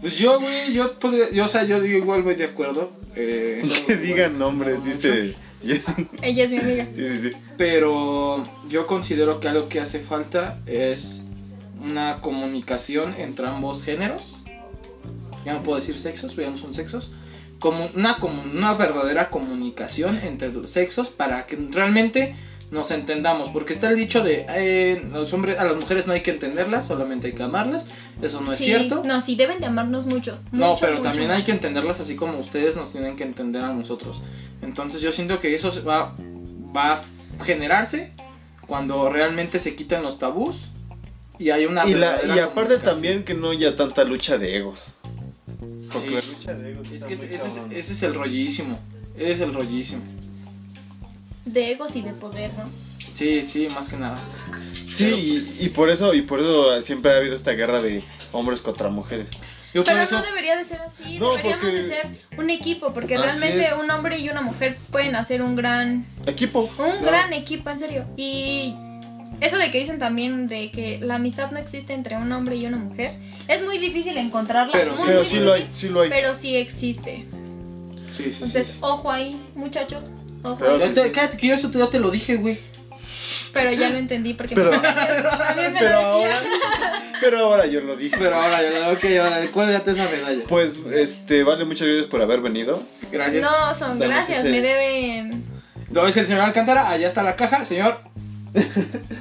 [SPEAKER 2] Pues yo, güey, yo podría, yo, o sea, yo digo, igual voy de acuerdo. Eh,
[SPEAKER 1] Que digan nombres, dice. Yes.
[SPEAKER 3] Ella es mi amiga.
[SPEAKER 1] Sí, sí, sí.
[SPEAKER 2] Pero yo considero que algo que hace falta es una comunicación entre ambos géneros. Ya no puedo decir sexos, pero ya no son sexos. Como una, como una verdadera comunicación entre los sexos para que realmente nos entendamos. Porque está el dicho de eh, los hombres, a las mujeres no hay que entenderlas, solamente hay que amarlas. Eso no es
[SPEAKER 3] Sí,
[SPEAKER 2] cierto.
[SPEAKER 3] No, sí, deben de amarnos mucho.
[SPEAKER 2] No,
[SPEAKER 3] mucho,
[SPEAKER 2] pero
[SPEAKER 3] mucho.
[SPEAKER 2] también hay que entenderlas así como ustedes nos tienen que entender a nosotros. Entonces yo siento que eso se va, va a generarse cuando realmente se quitan los tabús y hay una...
[SPEAKER 1] Y, la-
[SPEAKER 2] verdadera
[SPEAKER 1] y aparte
[SPEAKER 2] Ah, comunicación.
[SPEAKER 1] también que no haya tanta lucha de egos. Porque
[SPEAKER 2] Sí.
[SPEAKER 1] la lucha de egos
[SPEAKER 2] Es
[SPEAKER 1] está
[SPEAKER 2] que
[SPEAKER 1] muy
[SPEAKER 2] ese, ese es-
[SPEAKER 1] cabrón.
[SPEAKER 2] ese es el rollísimo. Ese es el rollísimo.
[SPEAKER 3] De egos y de poder, ¿no?
[SPEAKER 2] Sí, sí, más que nada.
[SPEAKER 1] Sí, y, y por eso y por eso siempre ha habido esta guerra de hombres contra mujeres.
[SPEAKER 2] Yo por
[SPEAKER 3] Pero
[SPEAKER 2] eso...
[SPEAKER 3] no debería de ser así.
[SPEAKER 1] No,
[SPEAKER 3] Deberíamos
[SPEAKER 1] porque-
[SPEAKER 3] de ser un equipo, porque
[SPEAKER 1] Así
[SPEAKER 3] realmente
[SPEAKER 1] es.
[SPEAKER 3] un hombre y una mujer pueden hacer un gran,
[SPEAKER 1] Equipo.
[SPEAKER 3] un
[SPEAKER 2] Claro.
[SPEAKER 3] gran equipo, en serio. Y eso de que dicen también de que la amistad no existe entre un hombre y una mujer, es muy difícil encontrarla.
[SPEAKER 2] Pero
[SPEAKER 3] muy,
[SPEAKER 2] sí,
[SPEAKER 3] muy
[SPEAKER 1] Pero sí lo
[SPEAKER 3] difícil,
[SPEAKER 1] hay, sí lo hay.
[SPEAKER 3] Pero sí existe.
[SPEAKER 2] Sí, sí, sí.
[SPEAKER 3] Entonces, ojo ahí, muchachos. Ojo.
[SPEAKER 1] Claro
[SPEAKER 2] Ya te- cállate, que yo eso te- ya te lo dije, güey.
[SPEAKER 3] Pero ya lo entendí porque
[SPEAKER 1] Pero-
[SPEAKER 3] también me
[SPEAKER 1] Pero
[SPEAKER 3] lo decía.
[SPEAKER 1] ahora, pero ahora yo lo dije.
[SPEAKER 2] Pero ahora, yo- ok, ahora, cuélgate esa medalla.
[SPEAKER 1] Pues, este, vale, muchas gracias por haber venido.
[SPEAKER 2] Gracias.
[SPEAKER 3] No, son
[SPEAKER 1] Dame
[SPEAKER 3] gracias,
[SPEAKER 1] ese-
[SPEAKER 3] me deben.
[SPEAKER 2] Lo dice el señor Alcántara, allá está la caja, señor.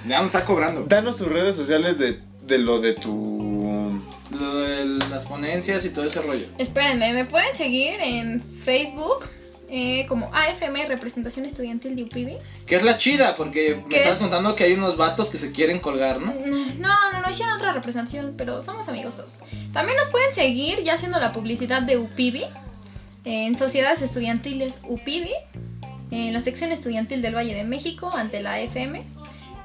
[SPEAKER 2] Ya nos está cobrando.
[SPEAKER 1] Danos tus redes sociales de, de lo de tu...
[SPEAKER 2] Lo de las ponencias y todo ese rollo.
[SPEAKER 3] Espérenme, me pueden seguir en Facebook eh, como AFM Representación Estudiantil de UPB.
[SPEAKER 2] Que es la chida, porque me
[SPEAKER 3] ¿Qué
[SPEAKER 2] estás
[SPEAKER 3] es?
[SPEAKER 2] contando que hay unos vatos que se quieren colgar, ¿no?
[SPEAKER 3] No, no, no hicieron otra representación, pero somos amigos todos. También nos pueden seguir ya haciendo la publicidad de UPIBI en Sociedades Estudiantiles UPIBI, en la sección estudiantil del Valle de México, ante la FM.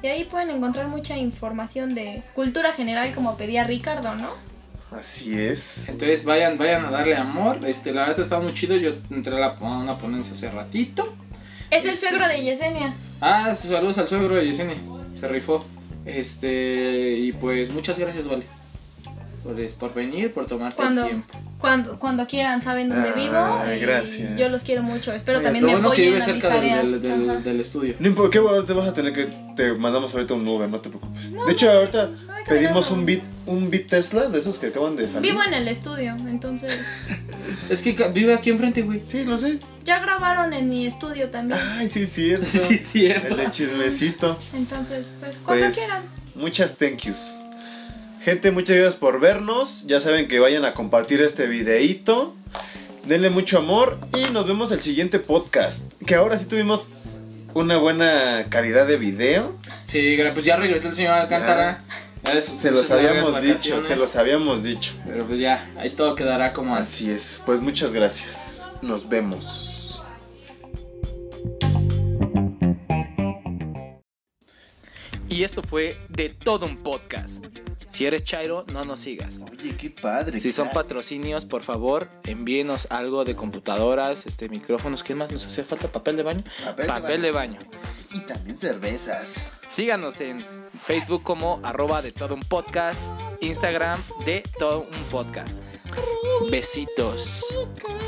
[SPEAKER 3] Y ahí pueden encontrar mucha información de cultura general, como pedía Ricardo, ¿no?
[SPEAKER 1] Así es.
[SPEAKER 2] Entonces vayan, vayan a darle amor. Este, la verdad está muy chido. Yo entré a, la- a una ponencia hace ratito.
[SPEAKER 3] Es
[SPEAKER 1] Este
[SPEAKER 3] el suegro de Yesenia.
[SPEAKER 2] Ah, saludos al suegro de Yesenia. Se rifó. Este, y pues muchas gracias, Vale. Por, es- por venir, por tomarte
[SPEAKER 3] Cuando-
[SPEAKER 2] el tiempo.
[SPEAKER 3] Cuando, cuando quieran, saben dónde
[SPEAKER 1] Ah,
[SPEAKER 3] vivo. y
[SPEAKER 1] gracias.
[SPEAKER 3] Yo los quiero mucho. Espero
[SPEAKER 2] Oye,
[SPEAKER 3] también
[SPEAKER 2] lo
[SPEAKER 3] me
[SPEAKER 2] bueno que
[SPEAKER 3] apoyen
[SPEAKER 2] vive
[SPEAKER 3] a mis
[SPEAKER 2] cerca del-
[SPEAKER 3] tareas.
[SPEAKER 2] del, del-
[SPEAKER 3] Ajá.
[SPEAKER 2] del estudio.
[SPEAKER 1] No importa, qué bueno, te vas a tener que... Te mandamos ahorita un Uber, no te preocupes. De hecho, ahorita
[SPEAKER 3] No hay que
[SPEAKER 1] pedimos
[SPEAKER 3] verlo.
[SPEAKER 1] un beat, un beat Tesla de esos que acaban de salir.
[SPEAKER 3] Vivo en el estudio, entonces.
[SPEAKER 2] Es que ca- vive aquí enfrente, güey.
[SPEAKER 1] Sí, lo sé.
[SPEAKER 3] Ya grabaron en mi estudio también.
[SPEAKER 1] Ay, sí es cierto.
[SPEAKER 2] Sí, es cierto.
[SPEAKER 1] El de chismecito.
[SPEAKER 3] Entonces, pues, cuando
[SPEAKER 1] Pues,
[SPEAKER 3] quieran.
[SPEAKER 1] Muchas thank yous. Gente, muchas gracias por vernos. Ya saben que vayan a compartir este videíto. Denle mucho amor y nos vemos el siguiente podcast. Que ahora sí tuvimos una buena calidad de video.
[SPEAKER 2] Sí, gra- pues ya regresó el señor Alcántara. Ya es-
[SPEAKER 1] Se los
[SPEAKER 2] sus largas
[SPEAKER 1] habíamos dicho,
[SPEAKER 2] vacaciones.
[SPEAKER 1] se los habíamos dicho.
[SPEAKER 2] Pero pues ya, ahí todo quedará como así.
[SPEAKER 1] Así es. Pues muchas gracias. Nos vemos.
[SPEAKER 2] Y esto fue de todo un podcast. Si eres Chairo, no nos sigas.
[SPEAKER 1] Oye, qué padre.
[SPEAKER 2] Si son patrocinios, por favor, envíenos algo de computadoras, este micrófonos, ¿qué más nos hace falta? ¿Papel de baño? Papel de baño.
[SPEAKER 1] Y también cervezas.
[SPEAKER 2] Síganos en Facebook como arroba de todo un podcast, Instagram de todo un podcast. Besitos.
[SPEAKER 4] Chica.